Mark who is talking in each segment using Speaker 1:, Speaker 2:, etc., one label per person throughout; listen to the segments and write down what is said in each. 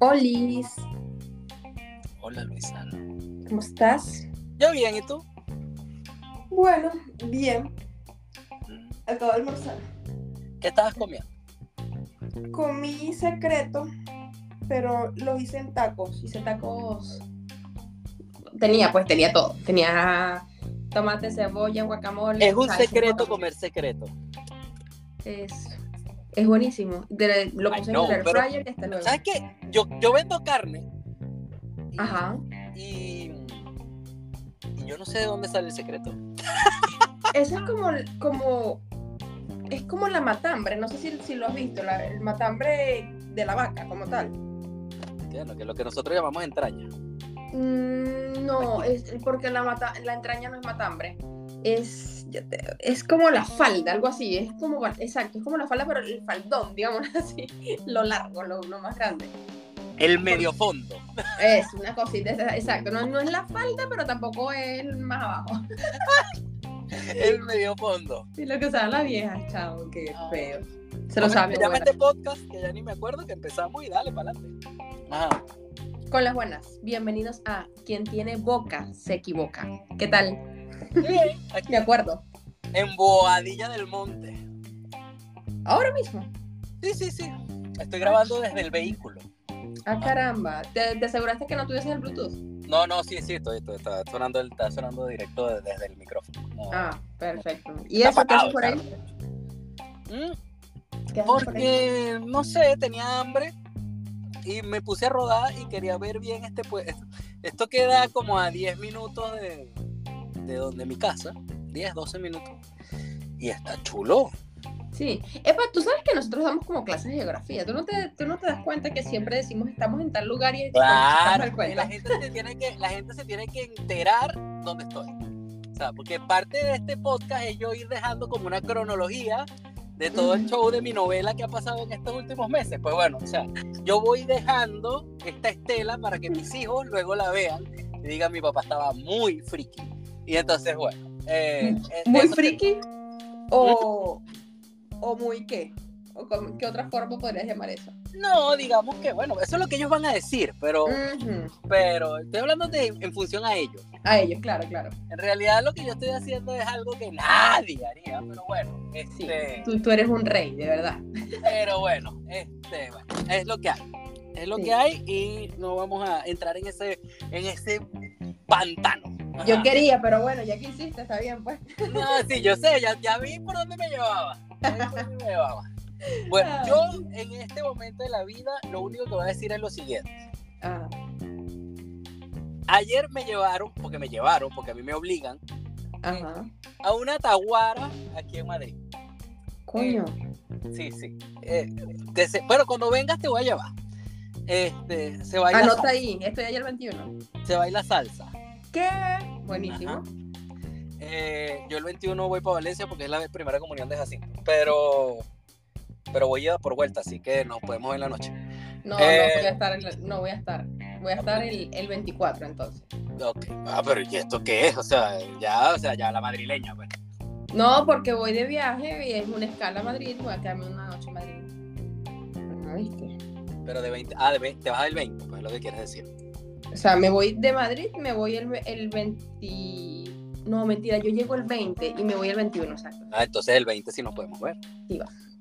Speaker 1: Olis,
Speaker 2: Hola, Luisa.
Speaker 1: ¿cómo estás?
Speaker 2: Yo bien, ¿y tú?
Speaker 3: Bueno, bien.
Speaker 2: Mm,
Speaker 3: Acabo de almorzar.
Speaker 2: ¿Qué estabas comiendo?
Speaker 3: Comí secreto, pero los hice en tacos. Hice tacos.
Speaker 1: Tenía, pues tenía todo. Tenía tomate, cebolla, guacamole.
Speaker 2: Es un
Speaker 1: salsa,
Speaker 2: secreto
Speaker 1: guacamole.
Speaker 2: comer secreto.
Speaker 1: Es, es buenísimo. De- lo
Speaker 2: Ay,
Speaker 1: puse
Speaker 2: no,
Speaker 1: en el air
Speaker 2: pero-
Speaker 1: fryer y hasta luego.
Speaker 2: ¿Sabes qué? Yo, yo vendo carne. Y-
Speaker 1: Ajá.
Speaker 2: Y, y yo no sé de dónde sale el secreto.
Speaker 1: Eso es como, como es como la matambre, no sé si, si lo has visto, la- el matambre de la vaca como tal.
Speaker 2: Que Lo que, lo que nosotros llamamos entraña.
Speaker 1: Mm, no, es porque la, mata, la entraña no es matambre. Es, ya te- es como la falda, algo así. Es como, exacto, es como la falda, pero el faldón, digamos así. Lo largo, lo, lo más grande.
Speaker 2: El medio fondo.
Speaker 1: Es una cosita, es- exacto. No, no es la falda, pero tampoco es más abajo.
Speaker 2: El medio fondo.
Speaker 1: Y lo que usaban las viejas, chao, qué
Speaker 2: Ah.
Speaker 1: feo. Se lo
Speaker 2: Bueno,
Speaker 1: sabe.
Speaker 2: Llama
Speaker 1: buena.
Speaker 2: este podcast que ya ni me acuerdo que empezamos y dale para adelante. Ajá.
Speaker 1: Con las buenas, bienvenidos a Quien tiene boca se equivoca. ¿Qué tal?
Speaker 2: Bien, aquí,
Speaker 1: De acuerdo.
Speaker 2: en Boadilla del Monte.
Speaker 1: Ahora mismo.
Speaker 2: Sí, sí, sí. Estoy grabando desde el vehículo.
Speaker 1: Ah, caramba. ¿Te, te aseguraste que no tuvieses el Bluetooth?
Speaker 2: No, no, sí, sí, estoy, estoy- está, sonando, el- está sonando directo de- desde el micrófono. No.
Speaker 1: Ah, perfecto. ¿Y
Speaker 2: Está
Speaker 1: eso qué
Speaker 2: apagado
Speaker 1: haces por
Speaker 2: el
Speaker 1: ahí?
Speaker 2: Mm,
Speaker 1: ¿Qué haces por ahí?
Speaker 2: Porque, no sé, tenía hambre y me puse a rodar y quería ver bien este puesto. Esto queda como a 10 minutos de, de donde mi casa, 10, 12 minutos. Y está chulo.
Speaker 1: Sí. Epa, tú sabes que nosotros damos como clases de geografía. ¿Tú no te, tú no te das cuenta que siempre decimos estamos en tal lugar y
Speaker 2: Claro,
Speaker 1: estamos
Speaker 2: y la gente se tiene que, la gente se tiene que enterar dónde estoy. O sea, porque parte de este podcast es yo ir dejando como una cronología de todo el
Speaker 1: Ujú.
Speaker 2: show de mi novela que ha pasado en estos últimos meses. Pues bueno, o sea, yo voy dejando esta estela para que mis hijos luego la vean y digan mi papá estaba muy friki. Y entonces, bueno. eh, eh, de
Speaker 1: ¿Muy
Speaker 2: eso se-
Speaker 1: friki? ¿O, o muy qué? ¿O con- qué otra forma podrías llamar eso?
Speaker 2: No, digamos que, bueno, eso es lo que ellos van a decir, pero,
Speaker 1: Ujú.
Speaker 2: pero estoy hablando de, en función a ellos.
Speaker 1: A ellos, claro, claro.
Speaker 2: En realidad lo que yo estoy haciendo es algo que nadie haría, pero bueno,
Speaker 1: Sí.
Speaker 2: este,
Speaker 1: Tú, tú eres un rey, de verdad.
Speaker 2: pero bueno, este, bueno, es lo que hay. Es lo
Speaker 1: Sí.
Speaker 2: que hay y no vamos a entrar en ese, en ese pantano. Ajá.
Speaker 1: Yo quería, pero bueno, ya que hiciste, está bien, pues.
Speaker 2: No, sí, yo sé, ya, ya vi por dónde me llevaba. ya vi por dónde me llevaba. Bueno,
Speaker 1: Ay.
Speaker 2: yo en este momento de la vida lo único que voy a decir es lo siguiente.
Speaker 1: Ah,
Speaker 2: Ayer me llevaron, porque me llevaron, porque a mí me obligan,
Speaker 1: ajá.
Speaker 2: a una taguara aquí en Madrid.
Speaker 1: Coño.
Speaker 2: Sí, sí. Eh, dese- bueno, cuando vengas te voy a llevar. Este, se baila,
Speaker 1: Anota
Speaker 2: sal-
Speaker 1: ahí, estoy ayer 21.
Speaker 2: se baila salsa.
Speaker 1: ¿Qué? Buenísimo.
Speaker 2: Ajá. Eh, yo el 21 voy para Valencia porque es la primera comunión de Jacinto. Pero, pero voy a por vuelta, así que nos podemos ver en la noche.
Speaker 1: No,
Speaker 2: Eh.
Speaker 1: no, voy a estar, en la- no voy a estar. Voy a estar el, el 24 entonces.
Speaker 2: Ok. Ah, pero ¿y esto qué es? O sea, ya, o sea, ya la madrileña, pues.
Speaker 1: No, porque voy de viaje y es una escala a Madrid, voy a quedarme una noche en Madrid. Ah, ¿Viste?
Speaker 2: Pero de 20, ah, de 20, te vas del 20, pues es lo que quieres decir.
Speaker 1: O sea, me voy de Madrid, me voy el, ve- el 20... No, mentira, yo llego el 20 y me voy el 21, exacto.
Speaker 2: Ah, entonces el 20 sí nos podemos ver.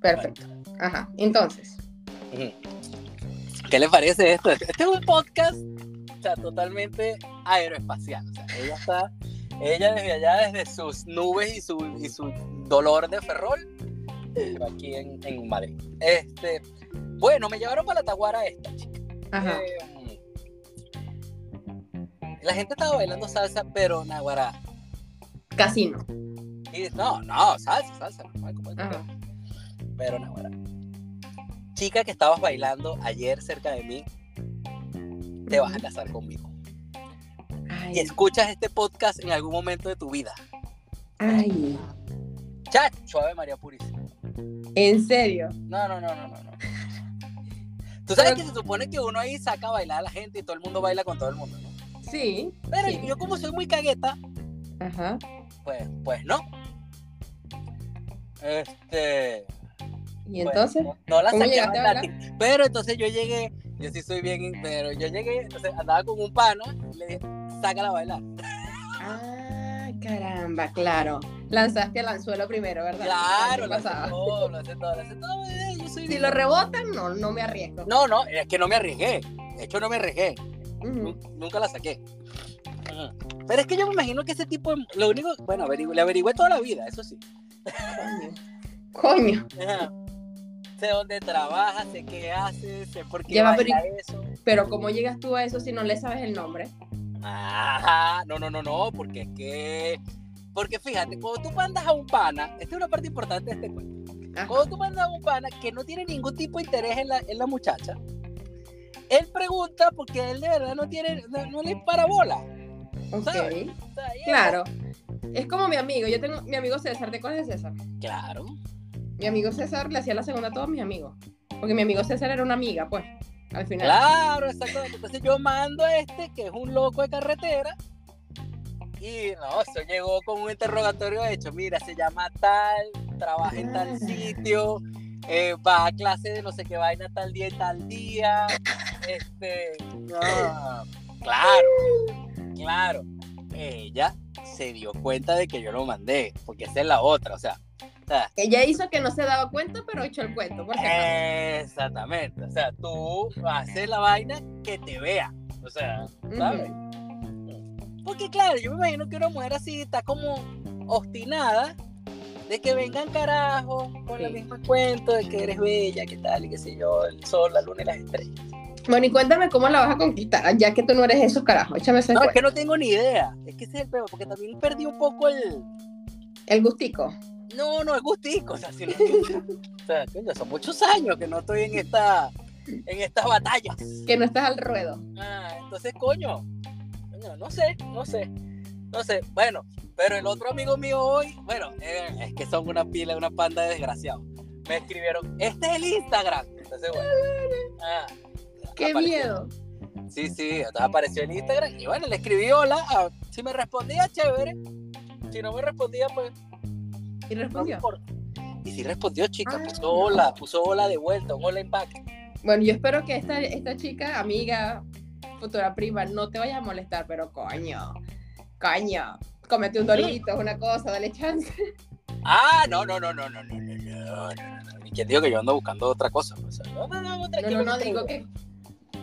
Speaker 1: Perfecto. Ajá, entonces.
Speaker 2: ¿Qué les parece esto? Este es un podcast o sea, totalmente aeroespacial. O sea, ella está, ella desde allá, desde sus nubes y su, y su dolor de ferrol, eh, aquí en, en Madrid. Este, bueno, me llevaron para la Taguara esta, chica.
Speaker 1: Ajá.
Speaker 2: Eh, la gente estaba bailando salsa, pero Naguará.
Speaker 1: Casino.
Speaker 2: Y dice, no, no, salsa, salsa, normal, como es que
Speaker 1: Ajá.
Speaker 2: sea. Pero Naguará. Chica que estabas bailando ayer cerca de mí, te vas a casar conmigo. y
Speaker 1: Ay,
Speaker 2: escuchas este podcast en algún momento de tu vida.
Speaker 1: ay.
Speaker 2: Chacho, Ave María Purísima.
Speaker 1: En serio.
Speaker 2: No, no, no, no, no. no. Tú sabes
Speaker 1: Pero-
Speaker 2: que se supone que uno ahí saca a bailar a la gente y todo el mundo baila con todo el mundo, ¿no?
Speaker 1: Sí.
Speaker 2: Pero
Speaker 1: Sí.
Speaker 2: yo como soy muy cagueta,
Speaker 1: Ajá.
Speaker 2: pues, pues no. Este...
Speaker 1: Y
Speaker 2: pues,
Speaker 1: entonces.
Speaker 2: no, no la
Speaker 1: ¿Cómo
Speaker 2: saqué a pues,
Speaker 1: llegaste a
Speaker 2: bailar. Pero entonces yo llegué Yo sí soy bien, pero yo llegué, entonces andaba con un pana, y le dije, sácala a bailar.
Speaker 1: Ah, caramba, claro. Lanzaste el anzuelo primero, ¿verdad?
Speaker 2: Claro,
Speaker 1: El
Speaker 2: lo
Speaker 1: año
Speaker 2: hace
Speaker 1: pasado.
Speaker 2: todo, lo hace todo, lo hace todo. eh, Yo soy
Speaker 1: Si lo rebotan, no, no me arriesgo.
Speaker 2: No, no, es que no me arriesgué. De hecho, no me arriesgué.
Speaker 1: Ujú.
Speaker 2: Nun- Nunca la saqué. Ajá. Pero es que yo me imagino que ese tipo, de- lo único, bueno, averigüe- le averigüé toda la vida, eso sí.
Speaker 1: Coño. Coño.
Speaker 2: Ajá. Sé dónde trabaja, sé qué hace, sé por qué
Speaker 1: Lleva
Speaker 2: baila eso.
Speaker 1: Pero ¿cómo llegas tú a eso si no le sabes el nombre?
Speaker 2: Ajá, no, no, no, no, porque es que... Porque fíjate, cuando tú mandas a un pana, esta es una parte importante de este cuento.
Speaker 1: Ajá.
Speaker 2: Cuando tú mandas a un pana que no tiene ningún tipo de interés en la, en la muchacha, él pregunta porque él de verdad no tiene, no, no le para bola.
Speaker 1: Ok.
Speaker 2: ¿sabes? O sea, y él-
Speaker 1: Claro. Es como mi amigo. Yo tengo mi amigo César. ¿Te acuerdas de César?
Speaker 2: Claro.
Speaker 1: Mi amigo César le hacía la segunda a todos mis amigos. Porque mi amigo César era una amiga, pues. Al final.
Speaker 2: Claro, exactamente. Entonces yo mando a este, que es un loco de carretera, y no, eso llegó con un interrogatorio hecho. Mira, se llama tal, trabaja en
Speaker 1: Ah.
Speaker 2: tal sitio, eh, va a clase de no sé qué vaina tal día y tal día. Este, no, claro, claro. Ella se dio cuenta de que yo lo mandé, porque esa es la otra, o sea. o sea,
Speaker 1: Ella hizo que no se daba cuenta, pero echó el cuento. Por si
Speaker 2: Eh.
Speaker 1: acaso.
Speaker 2: Exactamente, o sea, tú haces la vaina que te vea, o sea, ¿sabes?
Speaker 1: Ujú.
Speaker 2: Porque claro, yo me imagino que una mujer así está como obstinada de que vengan carajos con el
Speaker 1: Sí.
Speaker 2: mismo cuento de que eres bella, que tal y qué sé yo, el sol, la luna y las estrellas.
Speaker 1: Bueno, y cuéntame cómo la vas a conquistar, ya que tú no eres esos carajos. Échame ese
Speaker 2: No, es
Speaker 1: cuento.
Speaker 2: que no tengo ni idea, es que ese es el peor, porque también perdí un poco el...
Speaker 1: El gustico.
Speaker 2: No, no, es gustico, o sea, sino que- o sea, coño, son muchos años que no estoy en, esta, en estas batallas.
Speaker 1: Que no estás al ruedo.
Speaker 2: Ah, entonces, coño, coño, no sé, no sé, no sé. Bueno, pero el otro amigo mío hoy, bueno, eh, es que son una pila, una panda de desgraciados. Me escribieron, este es el Instagram. Entonces, bueno. ah,
Speaker 1: ¡Qué
Speaker 2: apareció.
Speaker 1: miedo!
Speaker 2: Sí, sí, entonces apareció en Instagram y bueno, le escribí hola. ah, si me respondía, chévere. Si no me respondía, pues
Speaker 1: Y
Speaker 2: no me
Speaker 1: respondió.
Speaker 2: importa. Y si respondió, chica,
Speaker 1: Ah,
Speaker 2: puso
Speaker 1: no.
Speaker 2: hola, puso hola de vuelta, un hola en back.
Speaker 1: Bueno, yo espero que esta, esta chica, amiga, futura prima, no te vaya a molestar, pero coño, coño, cómete un dorito, una cosa, dale chance.
Speaker 2: Ah, no, no, no, no, no, no, no, no, no, no. Ni quien digo que yo ando buscando otra cosa. o sea, no, no, no,
Speaker 1: No,
Speaker 2: tranquilo,
Speaker 1: no, no,
Speaker 2: tranquilo.
Speaker 1: digo que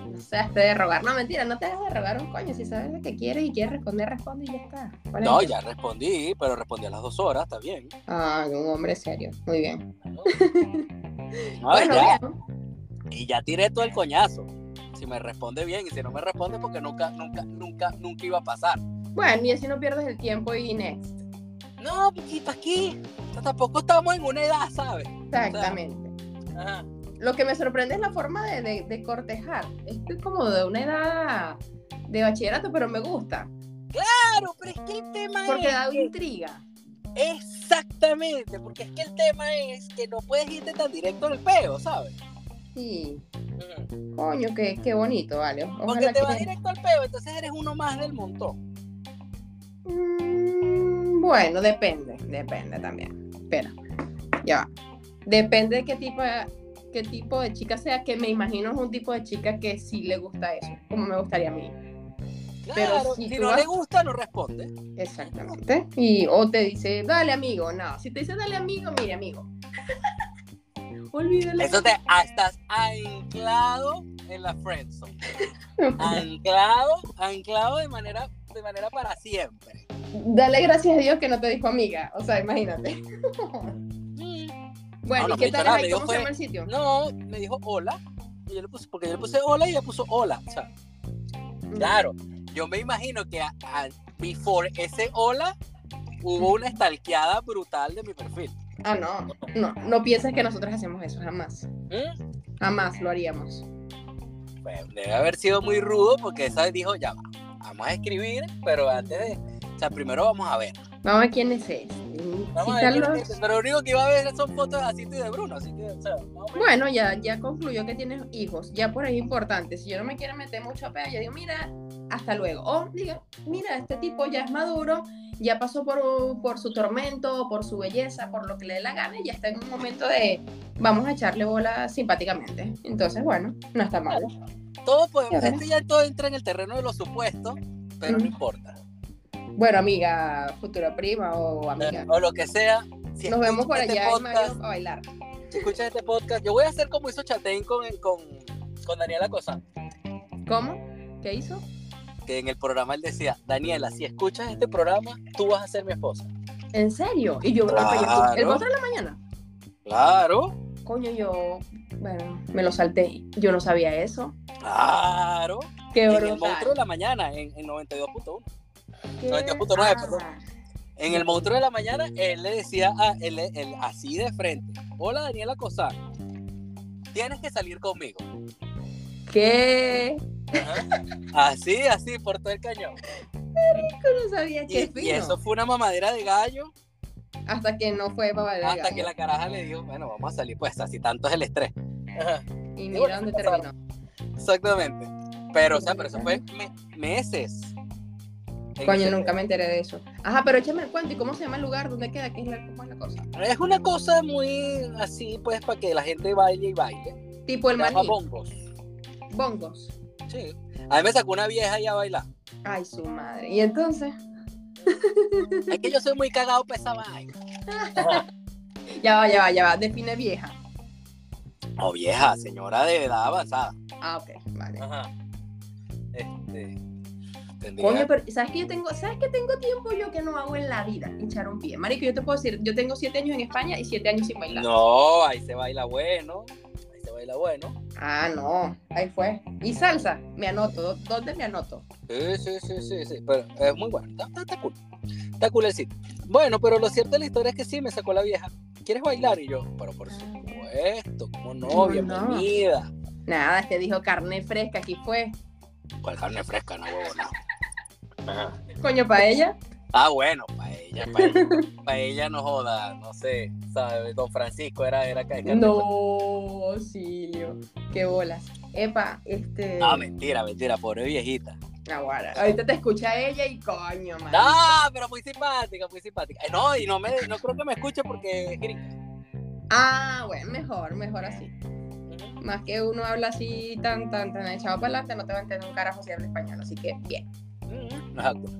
Speaker 1: no seas te de rogar. No, mentira, no te dejes de rogar un coño. Si sabes lo que quieres y quieres responder, responde y ya está. ¿Cuál es
Speaker 2: No,
Speaker 1: el-
Speaker 2: ya respondí, pero respondí a las dos horas, está bien.
Speaker 1: Ah, un hombre serio. Muy bien.
Speaker 2: No,
Speaker 1: bueno,
Speaker 2: Ah, ya,
Speaker 1: bien.
Speaker 2: y ya tiré todo el coñazo. Si me responde bien y si no me responde, porque nunca, nunca, nunca, nunca iba a pasar.
Speaker 1: Bueno, y así no pierdes el tiempo y next.
Speaker 2: No, Piquita, aquí. O sea, Tampoco estamos en una edad, ¿sabes?
Speaker 1: Exactamente.
Speaker 2: Ajá.
Speaker 1: Lo que me sorprende es la forma de, de, de cortejar. Estoy como de una edad de bachillerato, pero me gusta.
Speaker 2: Claro, pero es que el tema
Speaker 1: Porque
Speaker 2: es.
Speaker 1: da
Speaker 2: que-
Speaker 1: intriga.
Speaker 2: Exactamente, porque es que el tema es que no puedes irte tan directo al peo, ¿sabes?
Speaker 1: Sí.
Speaker 2: Ujú.
Speaker 1: Coño, qué, qué bonito, vale. Ojalá
Speaker 2: Porque te
Speaker 1: que-
Speaker 2: vas directo al peo, entonces eres uno más del montón.
Speaker 1: Mm, bueno, depende, depende también. Espera, ya. va. Depende de qué tipo de, qué tipo de chica sea, que me imagino es un tipo de chica que sí le gusta eso, como me gustaría a mí.
Speaker 2: Claro,
Speaker 1: Pero
Speaker 2: si,
Speaker 1: si tú
Speaker 2: no
Speaker 1: vas-
Speaker 2: le gusta, no responde.
Speaker 1: Exactamente. Y o te dice, dale amigo, no. Si te dice, dale amigo, mire amigo. Olvídalo.
Speaker 2: Entonces ah, estás anclado en la friendzone. Anclado, anclado de manera, de manera para siempre.
Speaker 1: Dale gracias a Dios que no te dijo amiga. O sea, imagínate.
Speaker 2: Mm.
Speaker 1: Bueno,
Speaker 2: No, no
Speaker 1: ¿y
Speaker 2: me
Speaker 1: qué
Speaker 2: hizo
Speaker 1: tal
Speaker 2: nada,
Speaker 1: ahí?
Speaker 2: me
Speaker 1: ¿Cómo
Speaker 2: dijo
Speaker 1: se
Speaker 2: fue-
Speaker 1: llama el sitio?
Speaker 2: No, me dijo hola. Y yo le puse, porque yo le puse hola y ella puso hola. o sea,
Speaker 1: Mm.
Speaker 2: claro, yo me imagino que a- a- before ese hola hubo una estalqueada brutal de mi perfil.
Speaker 1: Ah, no. No, no pienses que nosotros hacemos eso, jamás.
Speaker 2: Mm.
Speaker 1: Jamás lo haríamos.
Speaker 2: Bueno, debe haber sido muy rudo porque esa vez dijo, ya va, vamos a escribir, pero antes de... O sea, primero vamos a ver.
Speaker 1: Vamos a ver quién es este. ese.
Speaker 2: Vamos a ver quién es. este. Pero lo único que iba a ver son fotos de Jacinto y de Bruno, así que, o sea, vamos a ver.
Speaker 1: Bueno, ya, ya concluyó que tienes hijos. Ya por ahí es importante. Si yo no me quiero meter mucho a pedo, yo digo, mira, hasta luego. O diga, mira, este tipo ya es maduro, ya pasó por, por su tormento, por su belleza, por lo que le dé la gana y ya está en un momento de vamos a echarle bola simpáticamente. Entonces, bueno, no está mal.
Speaker 2: Todo podemos, este ya todo entra en el terreno de los supuestos, pero no
Speaker 1: Ujú.
Speaker 2: importa.
Speaker 1: Bueno, amiga, futura prima o amiga.
Speaker 2: O lo que sea. si
Speaker 1: Nos vemos por
Speaker 2: escuchas
Speaker 1: allá
Speaker 2: este
Speaker 1: en mayo
Speaker 2: podcast,
Speaker 1: a bailar.
Speaker 2: Si escuchas este podcast, yo voy a hacer como hizo Chatein con, con, con Daniela Cosán,
Speaker 1: ¿Cómo? ¿Qué hizo?
Speaker 2: que en el programa él decía, Daniela, si escuchas este programa, tú vas a ser mi esposa.
Speaker 1: ¿En serio? Y yo,
Speaker 2: Claro.
Speaker 1: el- el 4 de la mañana.
Speaker 2: Claro,
Speaker 1: Coño, yo, bueno, me lo salté. Yo no sabía eso.
Speaker 2: claro.
Speaker 1: Qué
Speaker 2: en el monstruo de
Speaker 1: brutal.
Speaker 2: la mañana, en, en 92.1.
Speaker 1: Qué-
Speaker 2: 92.9,
Speaker 1: ah,
Speaker 2: perdón. En el monstruo de la mañana, él le decía a él, él así de frente: Hola Daniela Cosán, tienes que salir conmigo.
Speaker 1: ¿Qué?
Speaker 2: Así, así, por todo el cañón.
Speaker 1: Yo no sabía
Speaker 2: Y,
Speaker 1: qué
Speaker 2: y
Speaker 1: fino.
Speaker 2: eso fue una mamadera de gallo
Speaker 1: Hasta que no fue para bailar.
Speaker 2: hasta que la caraja le dijo: Bueno, vamos a salir, pues así tanto es el estrés. Ajá,
Speaker 1: Y
Speaker 2: Y
Speaker 1: mira
Speaker 2: bueno,
Speaker 1: dónde
Speaker 2: o sea,
Speaker 1: terminó.
Speaker 2: Exactamente. Pero, o sea, pero eso fue me- meses. En
Speaker 1: Coño,
Speaker 2: ese-
Speaker 1: nunca me enteré de eso. Ajá, pero échame el cuento. ¿Y cómo se llama el lugar? ¿Dónde queda? ¿Qué es la, cómo es la cosa?
Speaker 2: Es una cosa muy así, pues, para que la gente baile y baile.
Speaker 1: Tipo el
Speaker 2: Se llama
Speaker 1: maní.
Speaker 2: bongos.
Speaker 1: Bongos.
Speaker 2: Sí. A mí me sacó una vieja ahí a bailar.
Speaker 1: Ay, su madre. Y entonces,
Speaker 2: Es que yo soy muy cagado para esa vaina.
Speaker 1: ya va, ya va, ya va. Define vieja.
Speaker 2: No, vieja, señora de edad avanzada.
Speaker 1: Ah, ok, vale.
Speaker 2: Ajá. Este. tendría-
Speaker 1: Coño, pero ¿sabes que yo tengo, ¿sabes que tengo tiempo yo que no hago en la vida? Hinchar un pie. Marico, yo te puedo decir, yo tengo siete años en España y siete años sin bailar.
Speaker 2: No, ahí se baila bueno. Ahí se baila bueno.
Speaker 1: Ah, no. Ahí fue. Y salsa, me anoto. ¿Dó- ¿Dónde me anoto?
Speaker 2: Sí, sí, sí, sí, sí. Pero es muy bueno. Está, está- está cool. Está cool el sitio. Bueno, pero lo cierto de la historia es que sí, me sacó la vieja. ¿Quieres bailar? Y yo, pero por supuesto, como no,
Speaker 1: ¿Cómo no?
Speaker 2: bienvenida.
Speaker 1: Nada, es que dijo carne fresca, aquí fue.
Speaker 2: Con carne fresca, no huevo, no. Ajá.
Speaker 1: Coño, para ella.
Speaker 2: Ah, bueno, para ella, para ella, pa' ella no joda, no sé, ¿sabes? Don Francisco era, era ca- ca-
Speaker 1: No, auxilio. Qué bolas. Epa, este.
Speaker 2: Ah, mentira, mentira, pobre viejita.
Speaker 1: Naguará. Ahorita te escucha ella y coño, man.
Speaker 2: Ah, pero muy simpática, muy simpática. Eh, No, y no, me, no creo que me escuche porque es gringa.
Speaker 1: Ah, bueno, mejor, mejor así. Más que uno habla así tan, tan, tan echado para adelante, no te va a entender un carajo si habla español, así que bien.
Speaker 2: Mm, Exacto.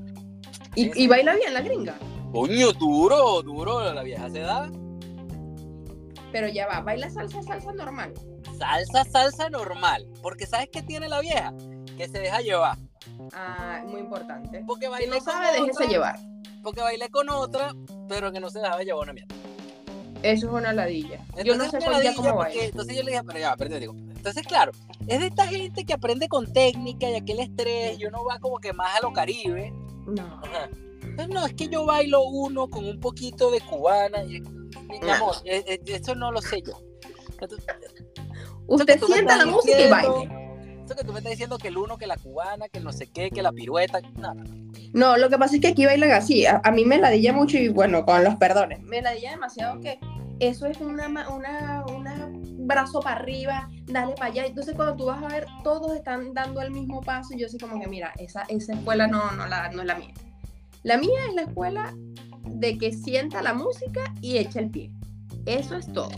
Speaker 1: Y, y baila bien la gringa,
Speaker 2: Coño, duro, duro, la vieja se da.
Speaker 1: pero ya va, baila salsa, salsa normal.
Speaker 2: Salsa, salsa normal. Porque ¿sabes qué tiene la vieja? Que se deja llevar.
Speaker 1: Ah, muy importante.
Speaker 2: Porque
Speaker 1: Si
Speaker 2: bailé,
Speaker 1: no sabe,
Speaker 2: Pues, con,
Speaker 1: déjese
Speaker 2: otra,
Speaker 1: llevar.
Speaker 2: porque bailé con otra, pero que no se dejaba llevar una mierda.
Speaker 1: Eso es una ladilla. Yo no
Speaker 2: Entonces,
Speaker 1: sé
Speaker 2: me
Speaker 1: hoy
Speaker 2: la
Speaker 1: día
Speaker 2: di
Speaker 1: cómo
Speaker 2: yo
Speaker 1: baila.
Speaker 2: porque- entonces yo le dije, pero ya, pero te digo. Entonces, claro, es de esta gente que aprende con técnica y aquel estrés, y uno va como que más a lo caribe.
Speaker 1: No.
Speaker 2: Ajá. Entonces, no, es que yo bailo uno con un poquito de cubana. Y, mi
Speaker 1: No.
Speaker 2: amor, eh, eh, eso no lo sé yo. Entonces,
Speaker 1: Usted
Speaker 2: tú me
Speaker 1: sienta la
Speaker 2: estás
Speaker 1: música y
Speaker 2: diciendo-
Speaker 1: baile.
Speaker 2: Eso que tú me estás diciendo que el uno, que la cubana, que el no sé qué, que la pirueta, nada.
Speaker 1: No, lo que pasa es que aquí bailan así. A, a mí me ladilla mucho y bueno, con los perdones. Me ladilla demasiado que eso es una, ma- una, una brazo para arriba, dale para allá. Entonces cuando tú vas a ver, todos están dando el mismo paso. Y yo así como que, mira, esa, esa escuela no, no, la, no es la mía. La mía es la escuela de que sienta la música y echa el pie. Eso es todo.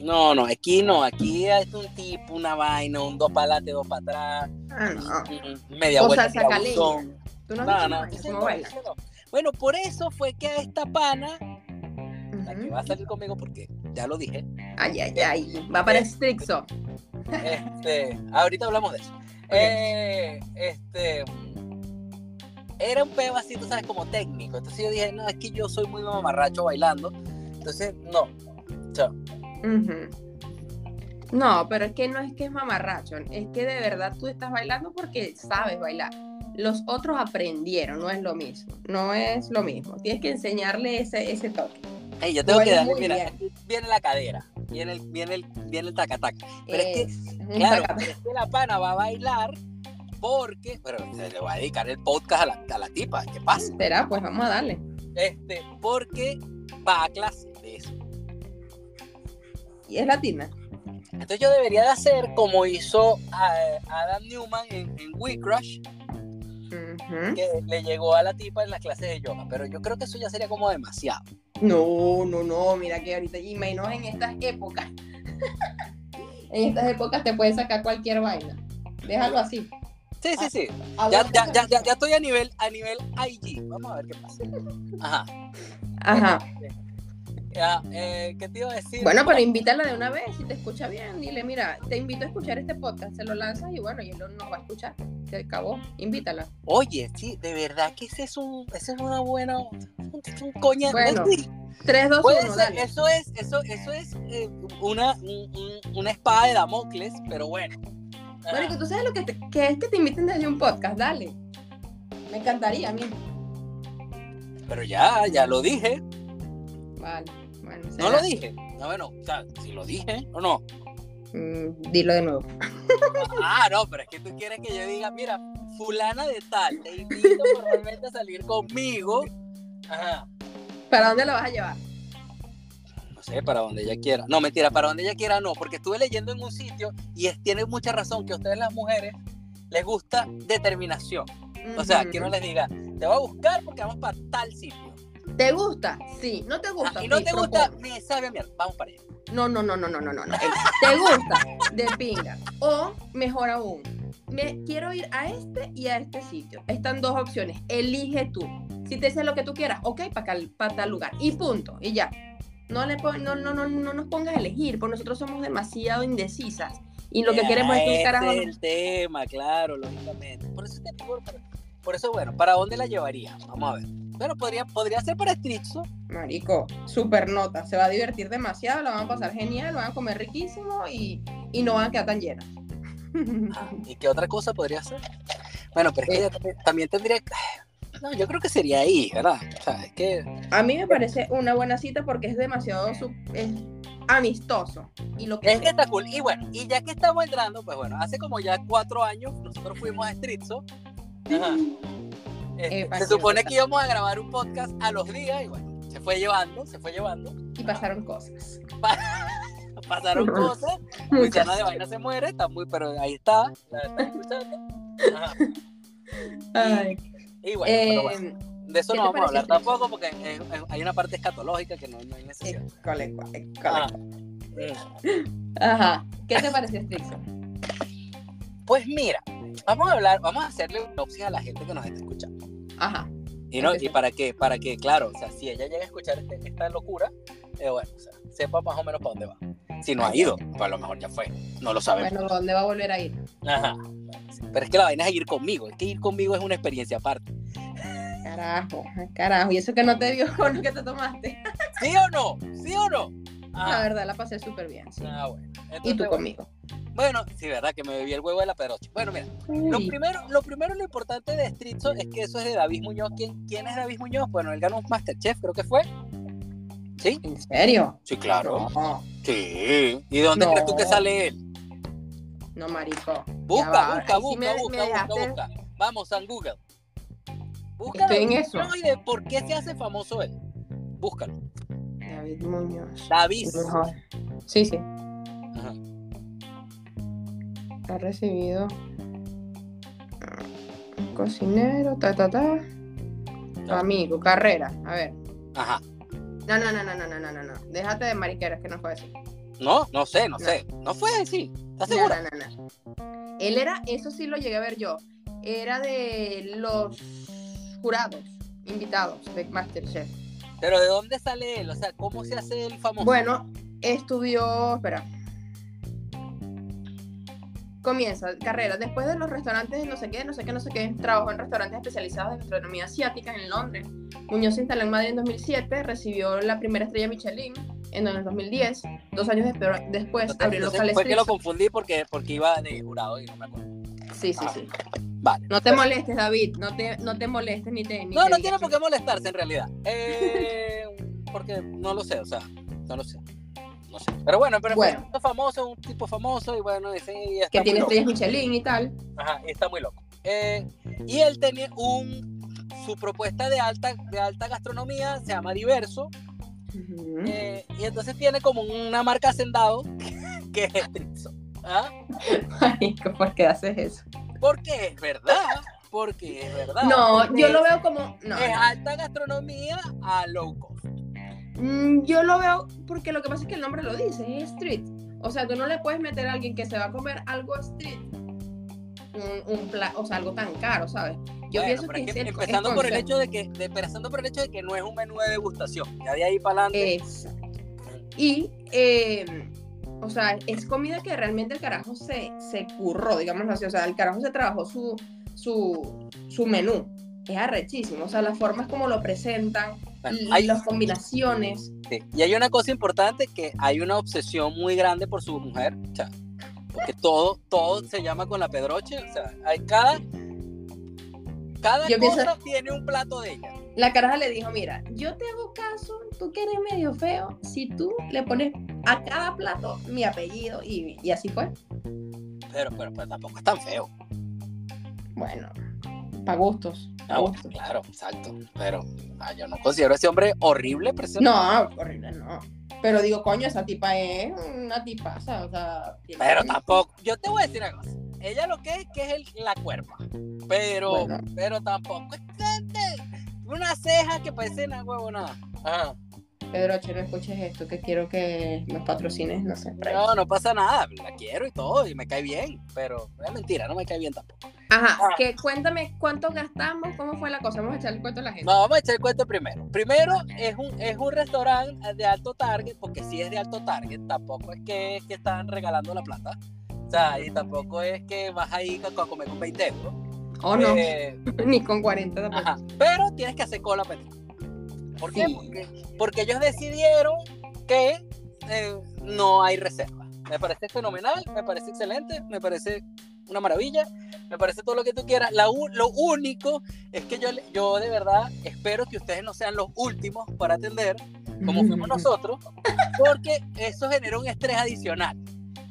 Speaker 2: No, no, aquí no, aquí es un tipo, una vaina, un dos para adelante, dos para atrás,
Speaker 1: Ah, no.
Speaker 2: mm, media
Speaker 1: O
Speaker 2: vuelta,
Speaker 1: sea,
Speaker 2: tira
Speaker 1: sacaleña.
Speaker 2: buzón.
Speaker 1: Tú no has
Speaker 2: No,
Speaker 1: dicho
Speaker 2: no,
Speaker 1: nada,
Speaker 2: ese
Speaker 1: ¿cómo
Speaker 2: no,
Speaker 1: baila?
Speaker 2: ese no. Bueno, por eso fue que a esta pana, la que
Speaker 1: Ujú.
Speaker 2: va a salir conmigo, porque ya lo dije,
Speaker 1: Ay, ay, ay. Va para Strixo.
Speaker 2: este, ahorita hablamos de eso. Eh, este, era un peo así, tú sabes, como técnico. Entonces yo dije, no, es que yo soy muy mamarracho bailando. Entonces, no.
Speaker 1: Ujú. No, pero es que no es que es mamarracho, es que de verdad tú estás bailando porque sabes bailar. Los otros aprendieron, no es lo mismo, no es lo mismo. Tienes que enseñarle ese, ese toque.
Speaker 2: Ey, yo tengo
Speaker 1: Tú
Speaker 2: que
Speaker 1: bailas
Speaker 2: darle,
Speaker 1: muy
Speaker 2: mira,
Speaker 1: bien.
Speaker 2: aquí viene la cadera, viene el, viene el, viene el tacataca. Pero es que
Speaker 1: Es un
Speaker 2: Claro,
Speaker 1: saca-
Speaker 2: pero es que la pana va a bailar porque, pero se le va a dedicar el podcast a la, a la tipa, ¿qué pasa?
Speaker 1: Será, pues vamos a darle.
Speaker 2: Este, porque va a clase de eso.
Speaker 1: Y es latina.
Speaker 2: Entonces yo debería de hacer como hizo eh, Adam Newman en, en We Crush,
Speaker 1: Ujú.
Speaker 2: que le llegó a la tipa en las clases de yoga, pero yo creo que eso ya sería como demasiado.
Speaker 1: No, no, no, mira que ahorita, y menos en estas épocas. en estas épocas te pueden sacar cualquier vaina. Déjalo así.
Speaker 2: Sí, sí, sí.
Speaker 1: Ah,
Speaker 3: Ahora-
Speaker 2: Ya, ya, ya, ya, ya estoy a nivel, a nivel IG. Vamos a ver qué pasa. Ajá.
Speaker 1: Ajá.
Speaker 2: Ya, eh, ¿Qué te iba a decir?
Speaker 1: Bueno, pero invítala de una vez, si te escucha bien, dile, mira, te invito a escuchar este podcast, se lo lanzas y bueno, y él no nos va a escuchar, se acabó, invítala.
Speaker 2: Oye, sí, de verdad que ese es un, ese es una buena, un, un coña.
Speaker 1: Bueno,
Speaker 2: es decir,
Speaker 1: 3, 2,
Speaker 2: Puede
Speaker 1: 1,
Speaker 2: ser,
Speaker 1: dale.
Speaker 2: eso es, eso, eso es eh, una, un- un- una espada de Damocles, pero bueno. Ajá.
Speaker 1: Marico, ¿tú sabes lo que, te- que es que te inviten desde un podcast? Dale. Me encantaría a mí.
Speaker 2: Ah, Pero ya, ya lo dije.
Speaker 1: Vale, bueno.
Speaker 2: No lo dije. No, bueno, o sea, si lo dije o no.
Speaker 1: Mm, dilo de nuevo.
Speaker 2: Ah, no, pero es que tú quieres que yo diga, mira, fulana de tal, te invito formalmente a salir conmigo. Ajá.
Speaker 1: ¿Para dónde la vas a llevar?
Speaker 2: No sé, para donde ella quiera. No, mentira, para donde ella quiera no, porque estuve leyendo en un sitio y es, tiene mucha razón que a ustedes las mujeres les gusta determinación. O sea,
Speaker 1: Ujú.
Speaker 2: quiero les diga, te voy a buscar porque vamos para tal sitio.
Speaker 1: ¿Te gusta? Sí. ¿No te gusta?
Speaker 2: Ah, y no
Speaker 1: Sí,
Speaker 2: te gusta,
Speaker 1: propon.
Speaker 2: me sabe a mierda. Vamos para allá.
Speaker 1: No, no, no, no, no, no, no. no. Ey, ¿Te gusta? De pinga. O, mejor aún, me quiero ir a este y a este sitio. Están dos opciones. Elige tú. Si te dice lo que tú quieras, ok, para tal lugar. Y punto. Y ya. No, le pon- no, no, no, no nos pongas a elegir, porque nosotros somos demasiado indecisas. Y lo que
Speaker 2: Ya,
Speaker 1: queremos es que un
Speaker 2: ese
Speaker 1: carajo.
Speaker 2: es el tema, claro, lógicamente. Por eso te digo, por, por eso, bueno, ¿para dónde la llevaría? Vamos a ver. Bueno, podría, podría ser para Strixo.
Speaker 1: Marico, super nota. Se va a divertir demasiado, la van a pasar genial, van a comer riquísimo y, y no van a quedar tan llenas.
Speaker 2: ¿Y qué otra cosa podría ser? Bueno, pero es
Speaker 1: Eh.
Speaker 2: que ella también, también tendría que- No, yo creo que sería ahí, ¿verdad? O sea, es que...
Speaker 1: A mí me parece una buena cita porque es demasiado su- es amistoso. Y lo que
Speaker 2: Es que está cool. Y bueno, y ya que estamos entrando, pues bueno, hace como ya cuatro años nosotros fuimos a Strixo. Ajá. Este,
Speaker 1: Epa,
Speaker 2: se
Speaker 1: sí,
Speaker 2: supone
Speaker 1: verdad.
Speaker 2: que íbamos a grabar un podcast a los días y bueno, se fue llevando, se fue llevando.
Speaker 1: y pasaron cosas.
Speaker 2: pasaron cosas.
Speaker 1: Muchas.
Speaker 2: Luciana de Vaina se muere, está muy, pero ahí está, la están escuchando. Ajá.
Speaker 1: Ay,
Speaker 2: Y bueno, pero bueno,
Speaker 1: eh,
Speaker 2: de eso
Speaker 1: ¿qué
Speaker 2: no
Speaker 1: te
Speaker 2: vamos a hablar
Speaker 1: parece,
Speaker 2: tampoco porque eh, eh, hay una parte escatológica que no, no hay necesidad.
Speaker 1: école, école, école.
Speaker 2: Ah.
Speaker 1: Ajá. ¿Qué te pareció Strixo?
Speaker 2: Pues mira, vamos a hablar, vamos a hacerle autopsia a la gente que nos está escuchando.
Speaker 1: Ajá.
Speaker 2: Y, no, y
Speaker 1: Empezó.
Speaker 2: para que, para que, claro, o sea, si ella llega a escuchar este- esta locura, eh, bueno, o sea, sepa más o menos para dónde va. Si no ha ido, pues a lo mejor ya fue, no lo sabemos.
Speaker 1: Bueno, ¿dónde va a volver a ir?
Speaker 2: Ajá. Pero es que la vaina es ir conmigo, es que ir conmigo es una experiencia aparte.
Speaker 1: Carajo, ah, carajo. Y eso que no te vio con lo que te tomaste.
Speaker 2: ¿Sí o no? ¿Sí o no?
Speaker 1: La
Speaker 2: Ah,
Speaker 1: verdad, la pasé súper bien. sí.
Speaker 2: ah, bueno. Entonces,
Speaker 1: Y tú
Speaker 2: bueno,
Speaker 1: conmigo.
Speaker 2: bueno, sí, verdad que me bebí el huevo de la pedrocha. Bueno, mira, lo
Speaker 1: Uy,
Speaker 2: primero, lo primero, lo importante de Stritzo es que eso es de David Muñoz. ¿Quién, quién es David Muñoz? Bueno, él ganó un Masterchef, creo que fue. ¿Sí?
Speaker 1: ¿En serio?
Speaker 2: Sí,
Speaker 1: No,
Speaker 2: Sí. ¿Y de dónde
Speaker 1: No.
Speaker 2: crees tú que sale él?
Speaker 1: no, marico. Ya
Speaker 2: Busca,
Speaker 1: va,
Speaker 2: busca,
Speaker 1: ahí sí
Speaker 2: busca,
Speaker 1: me- me
Speaker 2: busca, busca,
Speaker 1: dejaste-
Speaker 2: busca. Vamos, San Google. Busca
Speaker 1: Estoy en
Speaker 2: David
Speaker 1: eso.
Speaker 2: Muñoz y de por qué se hace famoso él. Búscalo.
Speaker 1: David Muñoz.
Speaker 2: David.
Speaker 1: Mejor. Sí, sí.
Speaker 2: Ajá.
Speaker 1: ha recibido un cocinero, ta, ta, ta. Amigo, carrera. A ver.
Speaker 2: Ajá.
Speaker 1: No, no, no, no, no, no, no, no, no. Déjate de mariqueras que no fue así.
Speaker 2: No, no sé, no
Speaker 1: No.
Speaker 2: sé. No fue así. ¿Estás
Speaker 1: No,
Speaker 2: segura?
Speaker 1: no, no, no. Él era, eso sí lo llegué a ver yo. Era de los jurados, invitados de Masterchef.
Speaker 2: Pero ¿de dónde sale él? O sea, ¿cómo se hace el famoso?
Speaker 1: Bueno, estudió, espera. Comienza carrera. Después de los restaurantes de no sé qué, no sé qué, no sé qué, trabajó en restaurantes especializados de gastronomía asiática en Londres. Muñoz se instaló en Madrid en 2007, recibió la primera estrella Michelin en el 2010. Dos años despe- después
Speaker 2: Entonces,
Speaker 1: abrió el
Speaker 2: entonces
Speaker 1: local
Speaker 2: fue que lo
Speaker 1: Strixo.
Speaker 2: confundí porque, porque iba de jurado y no me acuerdo.
Speaker 1: Sí, sí,
Speaker 2: Ah.
Speaker 1: sí.
Speaker 2: Vale.
Speaker 1: No te molestes, David. No te, no te molestes ni te. ni
Speaker 2: No,
Speaker 1: te
Speaker 2: no
Speaker 1: digas.
Speaker 2: tiene por qué molestarse en realidad. Eh, porque no lo sé, o sea, no lo sé. No sé. Pero bueno, pero
Speaker 1: Bueno.
Speaker 2: es un famoso, un tipo famoso y bueno, ese y está
Speaker 1: Que
Speaker 2: muy
Speaker 1: tiene
Speaker 2: loco.
Speaker 1: estrellas Michelin y tal.
Speaker 2: Ajá, y está muy loco. Eh, y él tenía un su propuesta de alta de alta gastronomía se llama Diverso
Speaker 1: Ujú.
Speaker 2: eh, y entonces tiene como una marca hacendado que es Strixo. ¿Ah?
Speaker 1: Marico, ¿por qué haces eso?
Speaker 2: Porque es verdad, porque es verdad.
Speaker 1: No,
Speaker 2: Porque
Speaker 1: yo lo veo como. No,
Speaker 2: Es
Speaker 1: no.
Speaker 2: alta gastronomía a low cost.
Speaker 1: Mm, yo lo veo porque lo que pasa es que el nombre lo dice, es street. O sea, tú no le puedes meter a alguien que se va a comer algo street un, un pla- o sea, algo tan caro, ¿sabes? Yo
Speaker 2: Bueno,
Speaker 1: pienso
Speaker 2: pero
Speaker 1: que,
Speaker 2: es que
Speaker 1: es el-
Speaker 2: empezando
Speaker 1: es
Speaker 2: por el
Speaker 1: concepto.
Speaker 2: hecho de que, de- empezando por el hecho de que no es un menú de degustación. Ya de ahí para adelante.
Speaker 1: Eh, Exacto. Y, eh, o sea, es comida que realmente el carajo se, se curró, digámoslo así. O sea, el carajo se trabajó su, su, su menú. Es arrechísimo. O sea, las formas como lo presentan,
Speaker 2: bueno,
Speaker 1: l-
Speaker 2: hay-
Speaker 1: las combinaciones.
Speaker 2: Sí, Y hay una cosa importante que hay una obsesión muy grande por su mujer, o sea, porque todo, todo se llama con la pedroche, o sea, hay cada, cada
Speaker 1: Yo
Speaker 2: cosa
Speaker 1: pienso-
Speaker 2: tiene un plato de ella.
Speaker 1: La caraja le dijo, mira, yo te hago caso, tú que eres medio feo, si tú le pones a cada plato mi apellido y, y así fue.
Speaker 2: Pero, pero, pero tampoco es tan feo.
Speaker 1: Bueno, para gustos. Pa'
Speaker 2: Ah, bueno,
Speaker 1: gustos.
Speaker 2: claro, exacto. Pero ah, yo no considero a ese hombre horrible, pero ese-
Speaker 1: No, horrible, no. Pero digo, coño, esa tipa es una tipaza, o sea. tiene-
Speaker 2: Pero tampoco. Yo te voy a decir una cosa. Ella lo que es, que es el- la cuerpa. Pero,
Speaker 1: Bueno.
Speaker 2: pero tampoco es tanta- una ceja que parece una huevonada. Ajá.
Speaker 1: Pedro, che, no escuches esto, que quiero que nos patrocines, no sé. por ahí.
Speaker 2: No, no pasa nada, la quiero y todo, y me cae bien, pero es mentira, no me cae bien tampoco. Ah.
Speaker 1: Ajá, que cuéntame cuánto gastamos, cómo fue la cosa. Vamos a echarle el cuento a la gente.
Speaker 2: No, vamos a echar el cuento primero. Primero, es un, es un restaurante de alto target, porque si es de alto target, tampoco es que, que están regalando la plata. O sea, y tampoco es que vas ahí a, a comer con 20 euros.
Speaker 1: Oh, no,
Speaker 2: Eh,
Speaker 1: ni con 40 tampoco.
Speaker 2: ajá. Pero tienes que hacer cola para entrar. ¿Por qué?
Speaker 1: Sí.
Speaker 2: Porque, porque ellos decidieron que eh, no hay reserva. Me parece fenomenal, me parece excelente, me parece una maravilla, me parece todo lo que tú quieras. La u- lo único es que yo, le- yo de verdad espero que ustedes no sean los últimos para atender, Ah, como fuimos nosotros, porque eso genera un estrés adicional.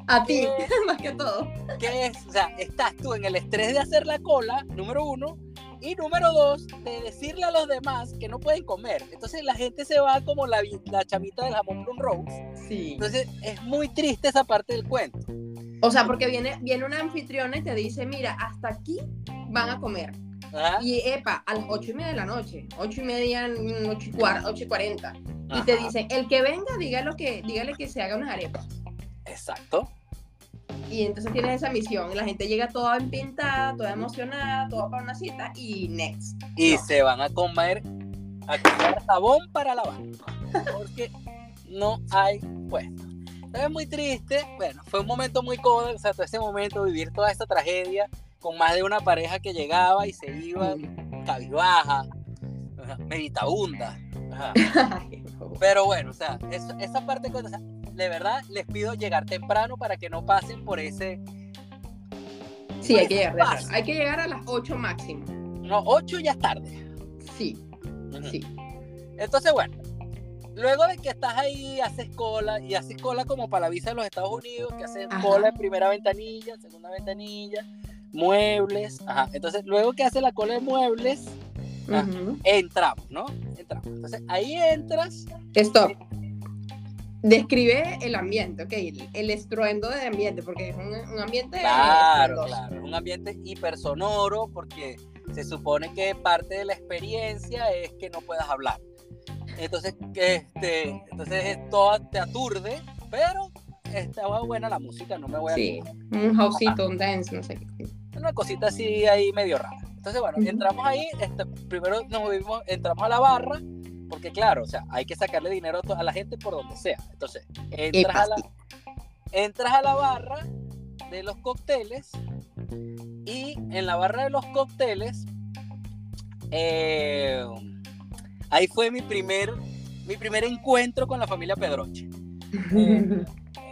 Speaker 1: A ti,
Speaker 2: Eh.
Speaker 1: más que todo.
Speaker 2: que es, o sea, estás tú en el estrés de hacer la cola, número uno, y número dos, de decirle a los demás que no pueden comer. Entonces la gente se va como la, vi- la chamita del jamón Plum Rose.
Speaker 1: Sí.
Speaker 2: Entonces es muy triste esa parte del cuento.
Speaker 1: O sea, porque viene, viene una anfitriona y te dice, mira, hasta aquí van a comer.
Speaker 2: Ajá,
Speaker 1: Y epa, a las ocho y media de la noche, ocho y media, mm, ocho y, cuar- ocho y cuarenta. Y te
Speaker 2: ajá,
Speaker 1: dicen, el que venga, dígalo que, dígale que se haga unas arepas.
Speaker 2: Exacto.
Speaker 1: Y entonces tienes esa misión. Y la gente llega toda empintada, toda emocionada, toda para una cita y next.
Speaker 2: Y
Speaker 1: No.
Speaker 2: se van a comer, a comprar jabón para lavar. Porque no hay puesto. Entonces es muy triste. Bueno, fue un momento muy cómodo, o sea, todo ese momento, vivir toda esta tragedia con más de una pareja que llegaba y se iba. cabibaja, ajá, meditabunda. ajá. Pero bueno, o sea, eso- esa parte, cuando- o sea, de verdad les pido llegar temprano para que no pasen por ese,
Speaker 1: Sí, hay que llegar. de
Speaker 2: Pasa.
Speaker 1: verdad. Hay que llegar a las ocho máximo.
Speaker 2: no, 8 ya es tarde.
Speaker 1: Sí,
Speaker 2: Ujú.
Speaker 1: sí.
Speaker 2: Entonces, bueno, luego de que estás ahí, haces cola, y haces cola como para la visa de los Estados Unidos, que haces
Speaker 1: Ajá.
Speaker 2: cola en primera ventanilla, segunda ventanilla, muebles, ajá. Entonces, luego que haces la cola de muebles, Ah.
Speaker 1: Ujú.
Speaker 2: entramos, ¿no? Entramos. Entonces, ahí entras,
Speaker 1: Stop. Describe el ambiente, ok. El, el estruendo del ambiente, porque es un, un ambiente.
Speaker 2: Claro,
Speaker 1: estruendoso.
Speaker 2: claro. Un ambiente hipersonoro porque se supone que parte de la experiencia es que no puedas hablar. Entonces, que, este, entonces es- todo te aturde, pero estaba buena la música, no me voy a...
Speaker 1: Sí, un houseito, un dance, no sé qué.
Speaker 2: Una cosita así ahí medio rara. Entonces, bueno,
Speaker 1: Ujú.
Speaker 2: entramos ahí, este, primero nos movimos, entramos a la barra, porque claro, o sea, hay que sacarle dinero a to- a la gente por donde sea. Entonces, entras a la,
Speaker 1: pasti-
Speaker 2: entras a la barra de los cócteles y en la barra de los cócteles eh, ahí fue mi primer mi primer encuentro con la familia Pedroche Eh,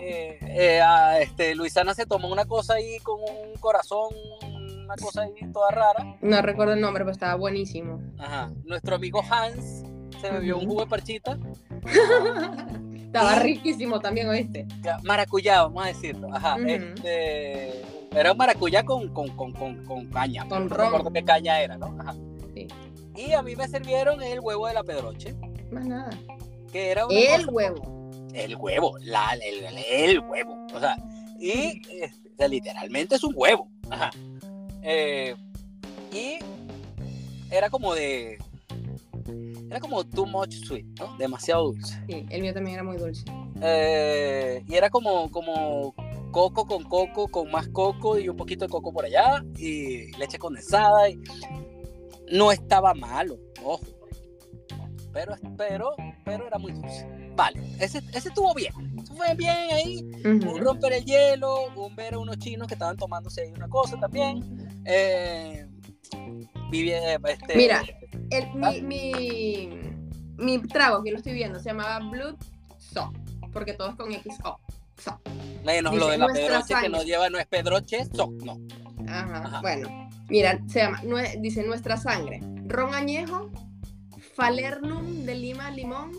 Speaker 2: Eh, eh, a, este, Luisana se tomó una cosa ahí con un corazón una cosa ahí toda rara
Speaker 1: No recuerdo el nombre, pero estaba buenísimo.
Speaker 2: Ajá. nuestro amigo Hans se bebió un
Speaker 1: Ujú.
Speaker 2: jugo de parchita
Speaker 1: estaba riquísimo también, ¿oíste?
Speaker 2: Ya, maracuyá, vamos a decirlo. Ajá,
Speaker 1: Ujú.
Speaker 2: este, era un maracuyá con, con, con, con, con caña.
Speaker 1: Con
Speaker 2: no
Speaker 1: ron.
Speaker 2: recuerdo qué caña era, ¿no? Ajá.
Speaker 1: Sí.
Speaker 2: Y a mí me sirvieron el huevo de la pedroche,
Speaker 1: Más nada.
Speaker 2: que era una
Speaker 1: El
Speaker 2: cosa-
Speaker 1: huevo.
Speaker 2: el huevo, la, el, el huevo. O sea, y este, o sea, literalmente es un huevo. Ajá. Eh, y era como de... Era como too much sweet, ¿no? Demasiado dulce.
Speaker 1: Sí, el mío también era muy dulce.
Speaker 2: Eh, y era como, como, coco con coco, con más coco y un poquito de coco por allá y leche condensada. Y... No estaba malo, ojo. Pero, pero, pero era muy dulce. Vale, ese, ese estuvo bien. Eso fue bien ahí. Un
Speaker 1: Ujú.
Speaker 2: romper el hielo, un ver a unos chinos que estaban tomándose ahí una cosa también. Eh, vivi- eh, este,
Speaker 1: Mira. El- mi,
Speaker 2: Ah.
Speaker 1: mi, mi trago que lo estoy viendo se llamaba Blood So, porque todo es con XO. So.
Speaker 2: Menos
Speaker 1: Dice,
Speaker 2: lo de la
Speaker 1: nuestra
Speaker 2: Pedroche que
Speaker 1: hazaña.
Speaker 2: nos lleva, no es Pedroche, so, no.
Speaker 1: Ajá,
Speaker 2: Ajá.
Speaker 1: bueno. Mira, se llama, nue- dice Nuestra Sangre, Ron Añejo, Falernum de Lima Limón,